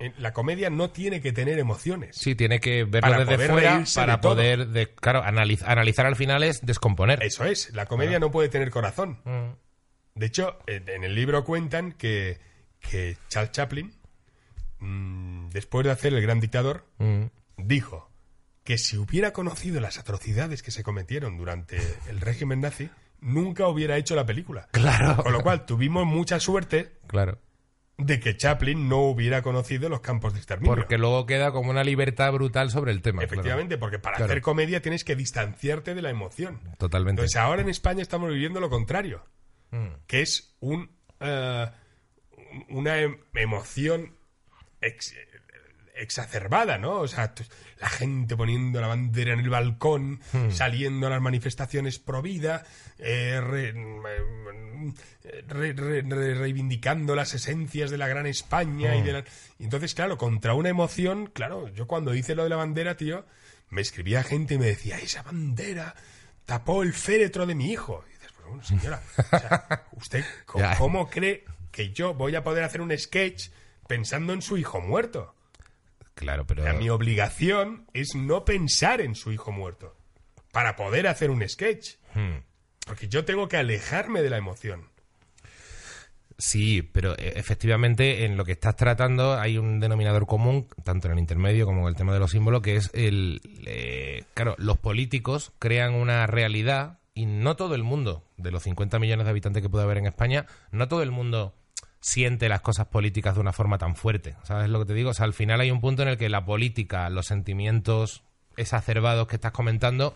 eh, la comedia no tiene que tener emociones. Sí, tiene que verlo Para desde poder fuera reírse para de todo. poder. de- claro, analiz- analizar al final es descomponer. Eso es, la comedia no puede tener corazón. Mm. De hecho, en en el libro cuentan que, que Charles Chaplin, mm, después de hacer El Gran Dictador, Mm. dijo que si hubiera conocido las atrocidades que se cometieron durante el régimen nazi, nunca hubiera hecho la película. Claro. Con lo cual, tuvimos mucha suerte Claro. de que Chaplin no hubiera conocido los campos de exterminio. Porque luego queda como una libertad brutal sobre el tema. claro. Efectivamente, porque para Claro. hacer comedia tienes que distanciarte de la emoción. Totalmente. Entonces, ahora en España estamos viviendo lo contrario, Mm. que es un, eh, una em- emoción ex- exacerbada, ¿no? O sea, tú- la gente poniendo la bandera en el balcón, saliendo a las manifestaciones pro vida, eh, re- mm, eh, re- re- re- reivindicando las esencias de la gran España y de la... y Entonces, claro, contra una emoción, claro, yo cuando hice lo de la bandera, tío, me escribía gente y me decía, esa bandera tapó el féretro de mi hijo. Y dices, pues bueno, señora, o sea, ¿usted co- Ya. cómo cree que yo voy a poder hacer un sketch pensando en su hijo muerto? Claro, pero. O sea, mi obligación es no pensar en su hijo muerto para poder hacer un sketch. Mm. Porque yo tengo que alejarme de la emoción. Sí, pero eh, efectivamente en lo que estás tratando hay un denominador común, tanto en el intermedio como en el tema de los símbolos, que es el... eh, claro, los políticos crean una realidad y no todo el mundo, de los 50 millones de habitantes que puede haber en España, no todo el mundo siente las cosas políticas de una forma tan fuerte. ¿Sabes lo que te digo? O sea, al final hay un punto en el que la política, los sentimientos exacerbados que estás comentando,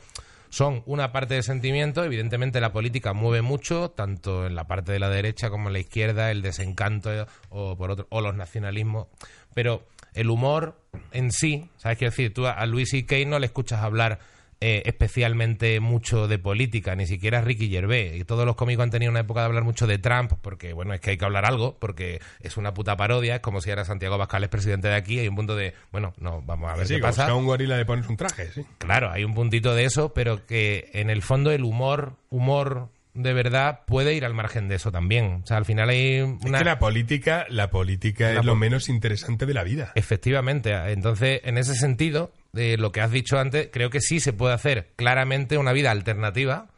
son una parte de sentimiento. Evidentemente la política mueve mucho, tanto en la parte de la derecha como en la izquierda, el desencanto eh, o, por otro, o los nacionalismos. Pero el humor en sí, ¿sabes qué decir? Tú a- a Luis y Kane no le escuchas hablar eh, especialmente mucho de política, ni siquiera Ricky Gervais. Y todos los cómicos han tenido una época de hablar mucho de Trump, porque, bueno, es que hay que hablar algo, porque es una puta parodia, es como si ahora Santiago Pascal es presidente de aquí, hay un punto de, bueno, no, vamos a ver Sí, qué como si pasa. a un gorila le pones un traje, sí. Claro, hay un puntito de eso, pero que en el fondo el humor, humor de verdad, puede ir al margen de eso también. O sea, al final hay una... Es que la política, la política La es lo po- menos interesante de la vida. Efectivamente. Entonces, en ese sentido, de lo que has dicho antes, creo que sí se puede hacer claramente una vida alternativa,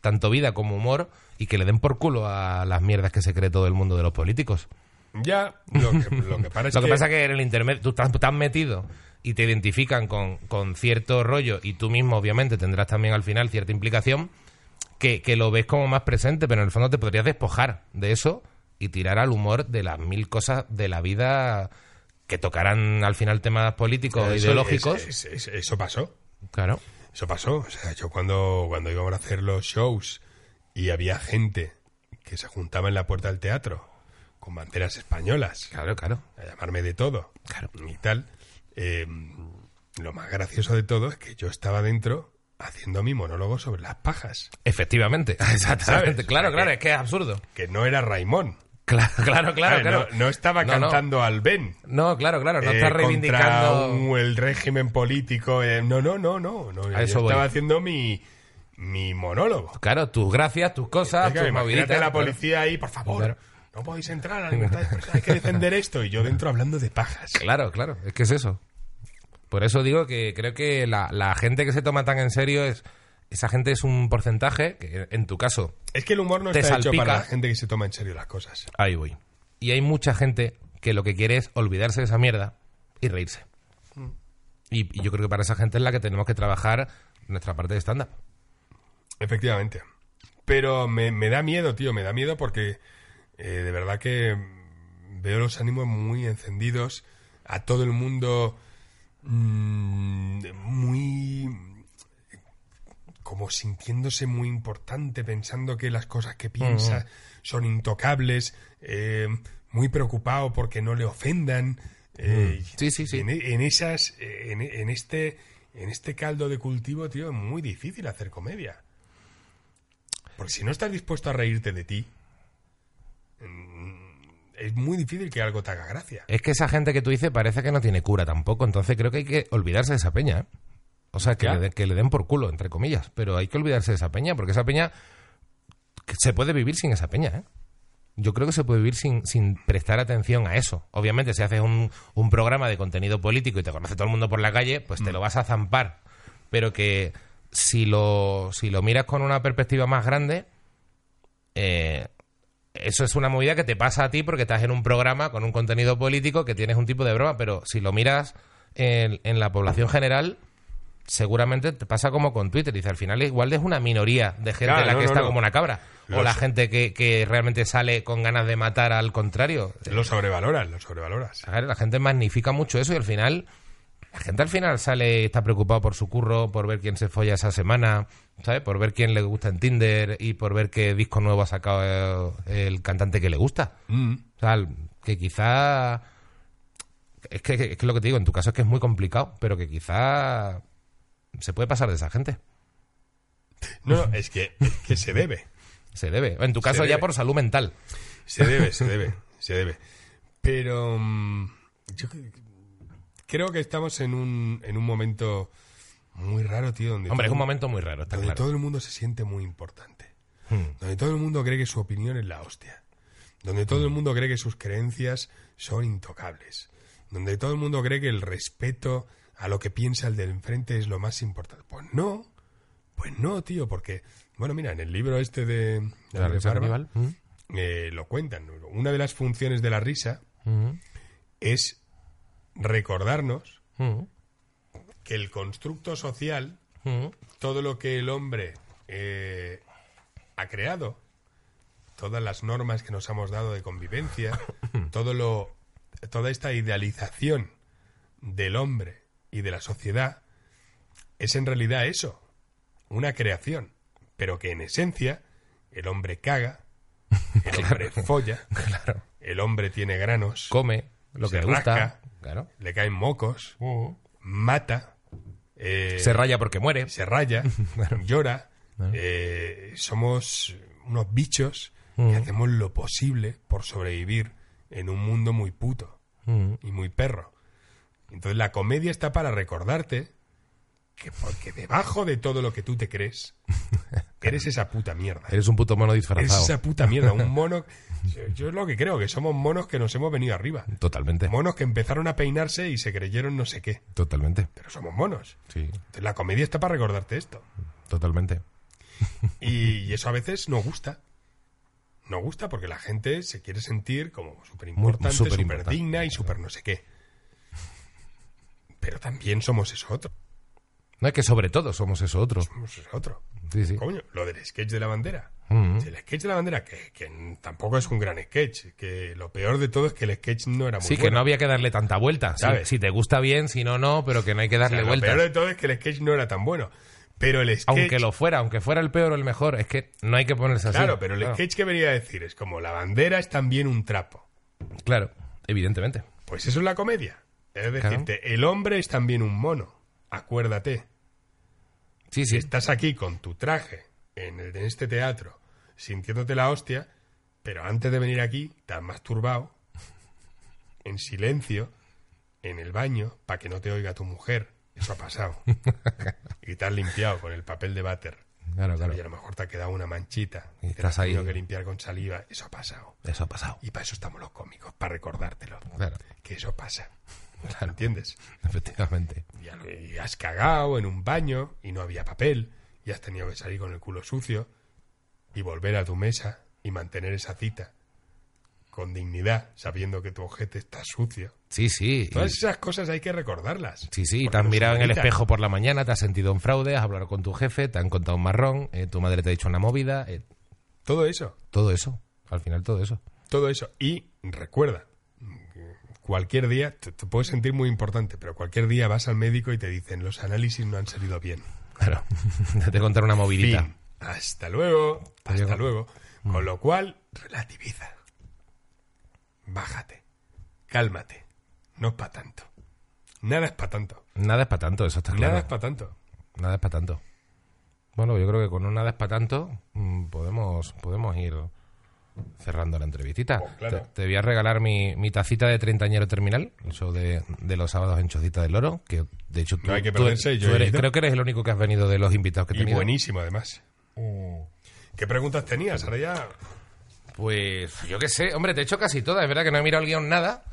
tanto vida como humor, y que le den por culo a las mierdas que se cree todo el mundo de los políticos. Ya, lo que, lo que para es Lo que, pasa es que en el internet tú estás tan metido y te identifican con, con cierto rollo y tú mismo obviamente tendrás también al final cierta implicación que, que lo ves como más presente, pero en el fondo te podrías despojar de eso y tirar al humor de las mil cosas de la vida que tocarán al final temas políticos o Eso- ideológicos. es- es- es- eso pasó. Claro. Eso pasó. O sea, yo cuando, cuando íbamos a hacer los shows y había gente que se juntaba en la puerta del teatro con banderas españolas Claro, claro. a llamarme de todo Claro. y tal, eh, lo más gracioso de todo es que yo estaba dentro haciendo mi monólogo sobre las pajas, Efectivamente. Exactamente. ¿Sabes? Claro, O sea, claro. que- Es que es absurdo. que no era Raimón. Claro, claro, claro. Ah, claro. No, no estaba No, no. cantando al Ben. No, claro, claro. No eh, está contra reivindicando. un- el régimen político. eh, no, no, no, no. no, yo eso voy. estaba haciendo mi, mi monólogo. Claro, tus gracias, tus cosas, Venga, tus imagínate moviditas. a la pues, claro. policía ahí, por favor. Claro. No podéis entrar a la libertad de expresión, hay que defender esto. Y yo dentro hablando de pajas. Claro, claro, es que es eso. Por eso digo que creo que la, la gente que se toma tan en serio es. Esa gente es un porcentaje, que en tu caso, Es que el humor no Te está hecho salpica. para la gente que se toma en serio las cosas. ahí voy. Y hay mucha gente que lo que quiere es olvidarse de esa mierda y reírse. Y, y yo creo que para esa gente es la que tenemos que trabajar nuestra parte de stand-up. Efectivamente. Pero me, me da miedo, tío, me da miedo porque eh, de verdad que veo los ánimos muy encendidos, a todo el mundo mm, muy... como sintiéndose muy importante, pensando que las cosas que piensa son intocables, eh, muy preocupado porque no le ofendan. eh, y- Sí, sí, sí. En, en esas, en, en este, en este caldo de cultivo, tío, es muy difícil hacer comedia. Porque si no estás dispuesto a reírte de ti, mm, es muy difícil que algo te haga gracia. Es que esa gente que tú dices parece que no tiene cura tampoco, entonces creo que hay que olvidarse de esa peña. ¿eh? O sea, que Ya. le, den- que le den por culo, entre comillas, pero hay que olvidarse de esa peña, porque esa peña que se puede vivir sin esa peña. ¿eh? Yo creo que se puede vivir sin, sin prestar atención a eso. Obviamente, si haces un, un programa de contenido político y te conoce todo el mundo por la calle, pues te lo vas a zampar. Pero que si lo, si lo miras con una perspectiva más grande, eh, eso es una movida que te pasa a ti porque estás en un programa con un contenido político que tienes un tipo de broma, pero si lo miras en, en la población general, seguramente te pasa como con Twitter. Dice, al final igual es una minoría de gente Claro, la no, que no, está no. como una cabra. Lo o la sé. gente que, que realmente sale con ganas de matar al contrario. Lo sobrevaloras, lo sobrevaloras. Claro, La gente magnifica mucho eso y al final, la gente al final sale y está preocupado por su curro, por ver quién se folla esa semana, ¿sabes? Por ver quién le gusta en Tinder y por ver qué disco nuevo ha sacado eh, el cantante que le gusta. Mm. O sea, que quizá... Es que, es que lo que te digo, en tu caso es que es muy complicado, pero que quizá se puede pasar de esa gente. No, no, es que, es que se debe. Se debe. En tu caso ya debe. por salud mental. Se debe, se debe, se debe. Pero mm, yo cre- creo que estamos en un, en un momento muy raro, tío. Donde Hombre, es todo- un momento muy raro, está donde claro. todo el mundo se siente muy importante. Hmm. Donde todo el mundo cree que su opinión es la hostia. Donde todo el mundo cree que sus creencias son intocables. Donde todo el mundo cree que el respeto a lo que piensa el del enfrente es lo más importante. Pues no, pues no, tío, porque, bueno, mira, en el libro este de, de ¿La risa Barba, caníbal? Mm, eh, lo cuentan. ¿no? Una de las funciones de la risa mm, es recordarnos mm, que el constructo social mm. todo lo que el hombre eh, ha creado, todas las normas que nos hemos dado de convivencia, todo lo, toda esta idealización del hombre y de la sociedad, es en realidad eso, una creación, pero que en esencia el hombre caga, el hombre folla, el hombre tiene granos, Come lo Se que le gusta. rasca. Claro. le caen mocos, mata, eh, Se raya porque muere. se raya, llora. eh, somos unos bichos que hacemos lo posible por sobrevivir en un mundo muy puto Mm. y muy perro. Entonces la comedia está para recordarte que porque debajo de todo lo que tú te crees, eres esa puta mierda. Eres un puto mono Eres disfrazado. esa puta mierda, un mono... Yo, yo es lo que creo, que somos monos que nos hemos venido arriba. Totalmente. Monos que empezaron a peinarse y se creyeron no sé qué. Totalmente. Pero somos monos. Sí, Entonces la comedia está para recordarte esto. totalmente. Y, y eso a veces no gusta. No gusta porque la gente se quiere sentir como súper Muy- importante, súper superimportante. digna y súper no sé qué. Pero también somos eso otro. No es que sobre todo somos eso otro. Somos eso otro. Sí, sí. Coño, lo del sketch de la bandera. Mm. El sketch de la bandera, que, que tampoco es un gran sketch. Que lo peor de todo es que el sketch no era muy Sí, que no bueno. había que darle tanta vuelta. Sí, ¿Sabes? Si te gusta bien, si no, no, pero que no hay que O sea, darle lo vueltas. peor de todo es que el sketch no era tan bueno. Pero el sketch. Aunque lo fuera, aunque fuera el peor o el mejor, es que no hay que ponerse así. Claro, pero el claro, sketch que venía a decir es como la bandera es también un trapo. Claro, evidentemente. Pues eso es la comedia. Es Claro. decirte, el hombre es también un mono. Acuérdate. Sí, Si sí. estás aquí con tu traje en, el- en este teatro, sintiéndote la hostia, Pero antes de venir aquí, te has masturbado en silencio, en el baño, para que no te oiga tu mujer. Eso ha pasado. y te has limpiado con el papel de váter. Claro, ¿sabes? claro. Y a lo mejor te ha quedado una manchita. Y te la estás has tenido ahí. que limpiar con saliva. Eso ha pasado. Eso ha pasado. Y para eso estamos los cómicos, para recordártelo. Claro. Que eso pasa. Claro. ¿Entiendes? Efectivamente. Y, a lo- y has cagado en un baño y no había papel. Y has tenido que salir con el culo sucio y volver a tu mesa y mantener esa cita con dignidad, sabiendo que tu ojete está sucio. Sí, sí. Todas y- esas cosas hay que recordarlas. Sí, sí, Porque te has nos mirado en el humanitan. espejo por la mañana, te has sentido un fraude, has hablado con tu jefe, te han contado un marrón, eh, tu madre te ha dicho una movida, eh, Todo eso. todo eso, al final todo eso. Todo eso. Y recuerda, cualquier día, te, te puedes sentir muy importante, pero cualquier día vas al médico y te dicen, los análisis no han salido bien. Claro, te contar una movidita. Fin. Hasta luego. Hasta Adiós. luego. Mm. Con lo cual, relativiza. Bájate. Cálmate. No es para tanto. Nada es para tanto. Nada es para tanto, eso está Nada claro. es para tanto. Nada es para tanto. Bueno, yo creo que con un nada es para tanto mm, podemos, podemos ir cerrando la entrevistita. Pues claro. te, te voy a regalar mi, mi tacita de treintañero terminal, el show de, de los sábados en Chocita del Oro, que de hecho tú, No hay que tú- perderse, tú yo he eres- ido. creo que eres el único que has venido de los invitados que Mm. he Y tenido. buenísimo, además. ¿Qué preguntas tenías? Ahora ya. Pues yo qué sé, hombre, te he hecho casi todas, es verdad que no he mirado el guión nada.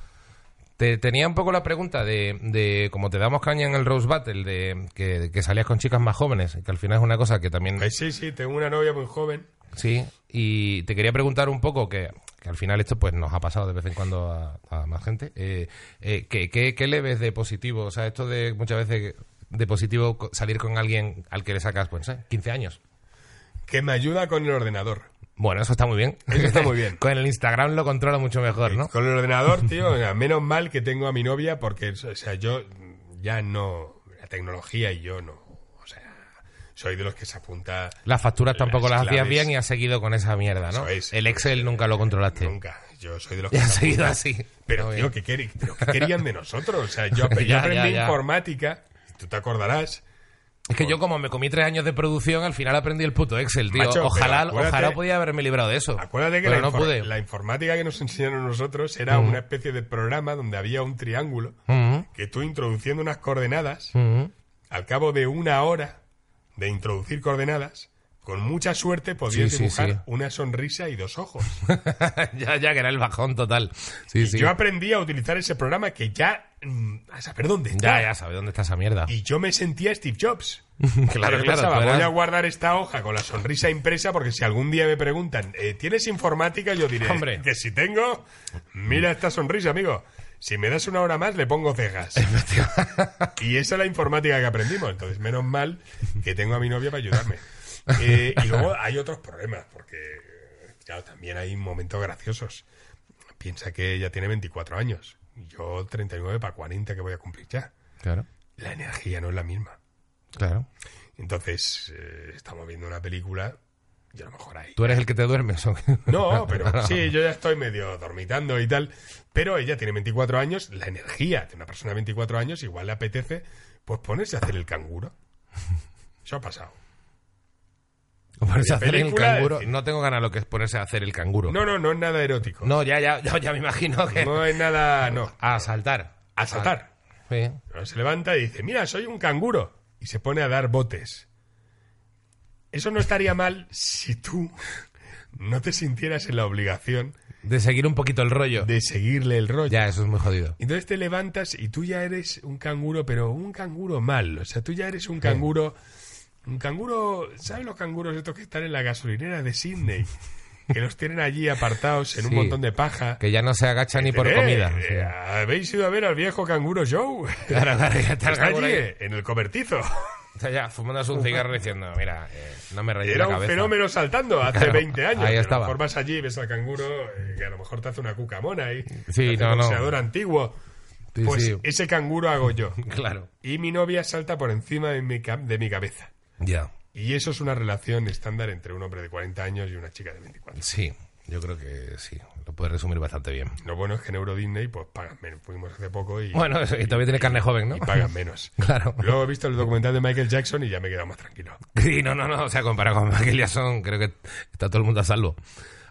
Te tenía un poco la pregunta de, de como te damos caña en el Rose Battle, de que, que salías con chicas más jóvenes, que al final es una cosa que también... Ay, sí, sí, tengo una novia muy joven. Sí, y te quería preguntar un poco, que, que al final esto pues nos ha pasado de vez en cuando a, a más gente, eh, eh, ¿qué, qué, qué le ves de positivo? O sea, esto de muchas veces de positivo co- salir con alguien al que le sacas, pues, no sé, 15 años. Que me ayuda con el ordenador. Bueno, eso está muy bien. Eso está muy bien. con el Instagram lo controla mucho mejor, Pues ¿no? Con el ordenador, tío, o sea, menos mal que tengo a mi novia porque, o sea, yo ya no, la tecnología y yo no, o sea, soy de los que se apunta Las facturas tampoco Las las, hacías claves. bien y has seguido con esa mierda, ¿no? Eso es. el Excel nunca lo controlaste. nunca, yo soy de los Y que has se apunta. seguido así. Pero, Muy tío, bien. ¿qué, queri- pero qué querían de nosotros? O sea, yo, yo Ya, ya, aprendí ya. informática, tú te acordarás, Es que yo como me comí tres años de producción, al final aprendí el puto Excel, tío. Macho, ojalá, pero acuérdate- ojalá podía haberme librado de eso. acuérdate que Pero la, no infor- pude. Mm. la informática que nos enseñaron nosotros era una especie de programa donde había un triángulo Ujú, que tú introduciendo unas coordenadas... ujú. al cabo de una hora de introducir coordenadas, con mucha suerte Sí, podías sí, dibujar sí. una sonrisa y dos ojos. ya, ya, que era el bajón total. Sí, sí. Yo aprendí a utilizar ese programa que ya mm, a saber dónde está. Ya, ya sabes dónde está esa mierda. Y yo me sentía Steve Jobs. Claro, claro, Yo pensaba, tú voy eras- a guardar esta hoja con la sonrisa impresa porque si algún día me preguntan, eh, ¿tienes informática? Yo diré Hombre. que si tengo, mira esta sonrisa, amigo. Si me das una hora más, le pongo cejas. y esa es la informática que aprendimos. Entonces, menos mal que tengo a mi novia para ayudarme. Eh, y luego hay otros problemas, porque claro, también hay momentos graciosos. Piensa que ella tiene 24 años. Yo 39 para 40 que voy a cumplir ya. Claro, La energía no es la misma. claro. Entonces, eh, estamos viendo una película y a lo mejor ahí. ¿Tú eres el que te duermes? o qué? No, pero sí, yo ya estoy medio dormitando y tal. Pero ella tiene 24 años, la energía de una persona de 24 años igual le apetece pues ponerse a hacer el canguro. Eso ha pasado. Ponerse a hacer el película, canguro. decir- No tengo ganas lo que es ponerse a hacer el canguro. No, no, no es nada erótico. No, ya, ya, ya, ya me imagino que... No es nada, no. A saltar. A saltar. Sí. Pero Se levanta y dice, mira, soy un canguro. Y se pone a dar botes. Eso no estaría mal si tú no te sintieras en la obligación De seguir un poquito el rollo. de seguirle el rollo. Ya, eso es muy jodido. Entonces te levantas y tú ya eres un canguro, pero un canguro mal. O sea, tú ya eres un canguro. Un canguro. ¿Sabes los canguros estos que están en la gasolinera de Sydney? Que los tienen allí apartados en un Sí. montón de paja. Que ya no se agacha ni por Eh, comida. eh, Sí. Habéis ido a ver al viejo canguro Joe. Claro, claro, ya está el Está canguro allí, ahí. eh, en el cobertizo. Está ya fumándose un cigarro diciendo, mira, eh, no me rayes Era la un cabeza. fenómeno saltando hace Claro, 20 años. ahí que A estaba. lo mejor vas allí, ves al canguro, eh, que a lo mejor te hace una cucamona ahí. Sí, te hace no, un no. boxeador antiguo. Sí, Pues sí. ese canguro hago yo. Claro. y mi novia salta por encima de mi, ca- de mi cabeza. Ya. Y eso es una relación estándar entre un hombre de 40 años y una chica de 24. Sí, yo creo que sí. Lo puedes resumir bastante bien. Lo bueno es que en Euro Disney pues pagan menos. Fuimos hace poco y, Bueno, eso, y todavía tiene carne joven, ¿no? y pagan menos. Claro. Luego he visto el documental de Michael Jackson y ya me he quedado más tranquilo. Sí, no, no, no. O sea, comparado con Michael Jackson, creo que está todo el mundo a salvo.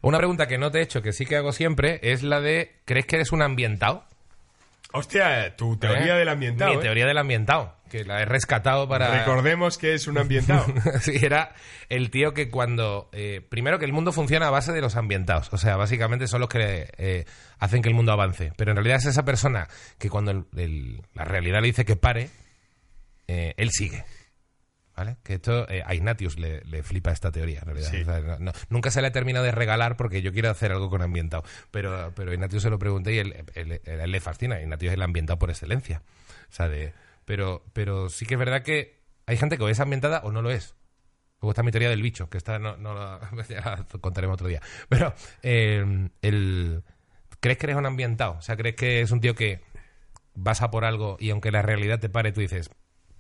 Una pregunta que no te he hecho, que sí que hago siempre, es la de, ¿crees que eres un ambientado? Hostia, tu teoría ¿Eh? del ambientado. Mi ¿eh? teoría del ambientado, que la he rescatado para... Recordemos que es un ambientado. sí, era el tío que cuando... eh, primero que el mundo funciona a base de los ambientados, o sea, básicamente son los que eh, hacen que el mundo avance, pero en realidad es esa persona que cuando el- el- la realidad le dice que pare, eh, él sigue. ¿Vale? Que esto eh, a Ignatius le, le flipa esta teoría, en realidad. Sí. O sea, no- no- nunca se le ha terminado de regalar porque yo quiero hacer algo con ambientado. Pero, pero Ignatius se lo pregunté y él, él- él- él le fascina. Ignatius es el ambientado por excelencia. O sea, de- pero, pero sí que es verdad que hay gente que o es ambientada o no lo es. Luego está mi teoría del bicho, que esta no, no la, ya la contaremos otro día. Pero, eh, el, ¿crees que eres un ambientado? O sea, ¿crees que es un tío que vas a por algo y aunque la realidad te pare, tú dices,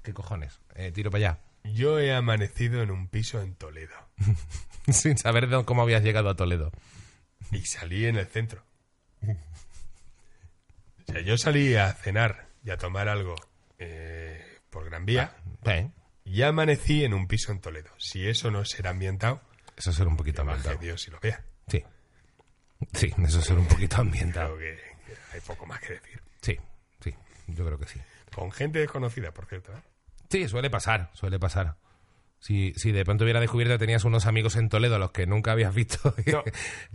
¿qué cojones? Eh, tiro para allá. Yo he amanecido en un piso en Toledo Sin saber de cómo habías llegado a Toledo. y salí en el centro. O sea, yo salí a cenar y a tomar algo eh, por Gran Vía Eh, y amanecí en un piso en Toledo. Si eso no será ambientado, pues Eso será un poquito que baje ambientado. Dios si lo vea. Sí. Sí, eso será un poquito Claro ambientado. que que hay poco más que decir. Sí, sí, yo creo que sí. Con gente desconocida, por cierto. ¿eh? Sí, suele pasar, suele pasar. Si, si de pronto hubiera descubierto que tenías unos amigos en Toledo a los que nunca habías visto, No.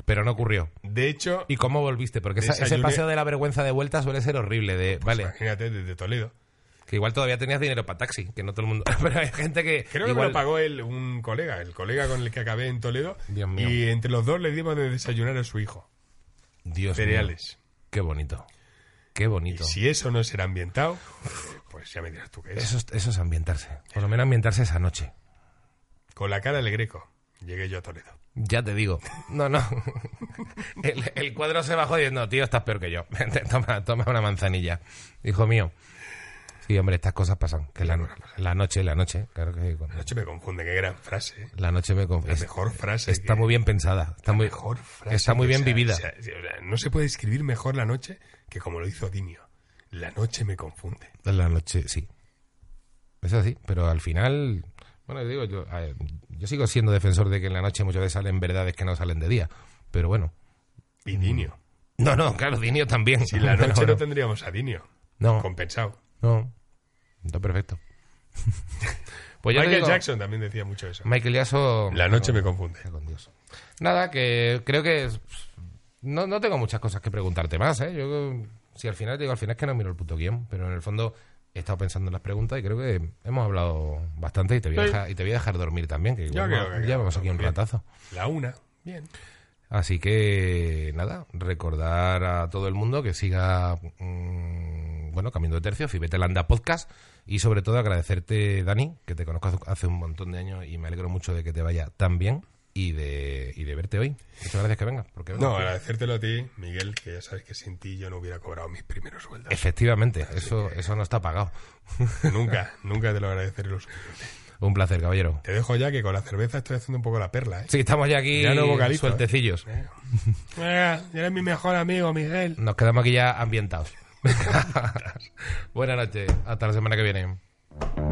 pero no ocurrió. De hecho, ¿Y cómo volviste? Porque esa- ese Desayuné. Pues paseo de la vergüenza de vuelta suele ser horrible. De, vale, imagínate desde Toledo. que igual todavía tenías dinero para taxi, que no todo el mundo. Pero hay gente que. Creo que me igual, lo pagó él, un colega, el colega con el que acabé en Toledo. Dios mío. Y entre los dos le dimos de desayunar a su hijo. Dios mío, Cereales. qué bonito. Qué bonito. Si eso no será ambientado, pues ya me dirás tú qué es. Eso, es- eso es ambientarse. Por lo menos ambientarse esa noche. Con la cara del greco, llegué yo a Toledo. Ya te digo. No, no. El, el cuadro se bajó diciendo, tío, estás peor que yo. Vente, Toma, toma una manzanilla. Hijo mío. Sí, hombre, estas cosas pasan. Que la, la noche, la noche. Claro que cuando- Anoche me confunde, qué gran frase. ¿eh? la noche me conf- La mejor frase. Está que- muy bien pensada. Está muy, mejor frase está muy que bien se ha- vivida. se ha- o sea, no se puede escribir mejor la noche que como lo hizo Dinio. La noche me confunde. La noche, sí. Es así, pero al final. Bueno, yo digo, yo, a ver, yo sigo siendo defensor de que en la noche muchas veces salen verdades que no salen de día. Pero bueno. Y Mm. Dinio. No, no, claro, Dinio también. Si la Pero noche no bueno. tendríamos a Dinio. No. Compensado. No, está perfecto. pues yo te Michael digo, Jackson también decía mucho eso. Michael Jackson. La noche me confunde. Con Dios. Nada, que creo que. es- No, no tengo muchas cosas que preguntarte más, ¿eh? Yo, si al final te digo, al final es que no miro el puto guión, pero en el fondo he estado pensando en las preguntas y creo que hemos hablado bastante y te voy a Sí. dejar, y te voy a dejar dormir también, que Yo igual creo no- que ya queda vamos aquí un bien. ratazo. La una. Bien. Así que nada, recordar a todo el mundo que siga mm, bueno, cambiando de tercio, Fibetelanda Podcast y sobre todo agradecerte, Dani, que te conozco hace- hace un montón de años y me alegro mucho de que te vaya tan bien y de, y de verte hoy. Muchas gracias que vengas. Porque No, vengas. agradecértelo a ti, Miguel, que ya sabes que sin ti yo no hubiera cobrado mis primeros sueldos. eh, Efectivamente, eso, eso no está pagado. nunca, nunca te lo agradeceré lo suficiente. Un placer, caballero. Te dejo ya que con la cerveza estoy haciendo un poco la perla, ¿eh? Sí, estamos ya aquí Ya no vocalizo, eh. sueltecillos. eres mi mejor amigo, Miguel. Nos quedamos aquí ya ambientados. Buenas noches, hasta la semana que viene.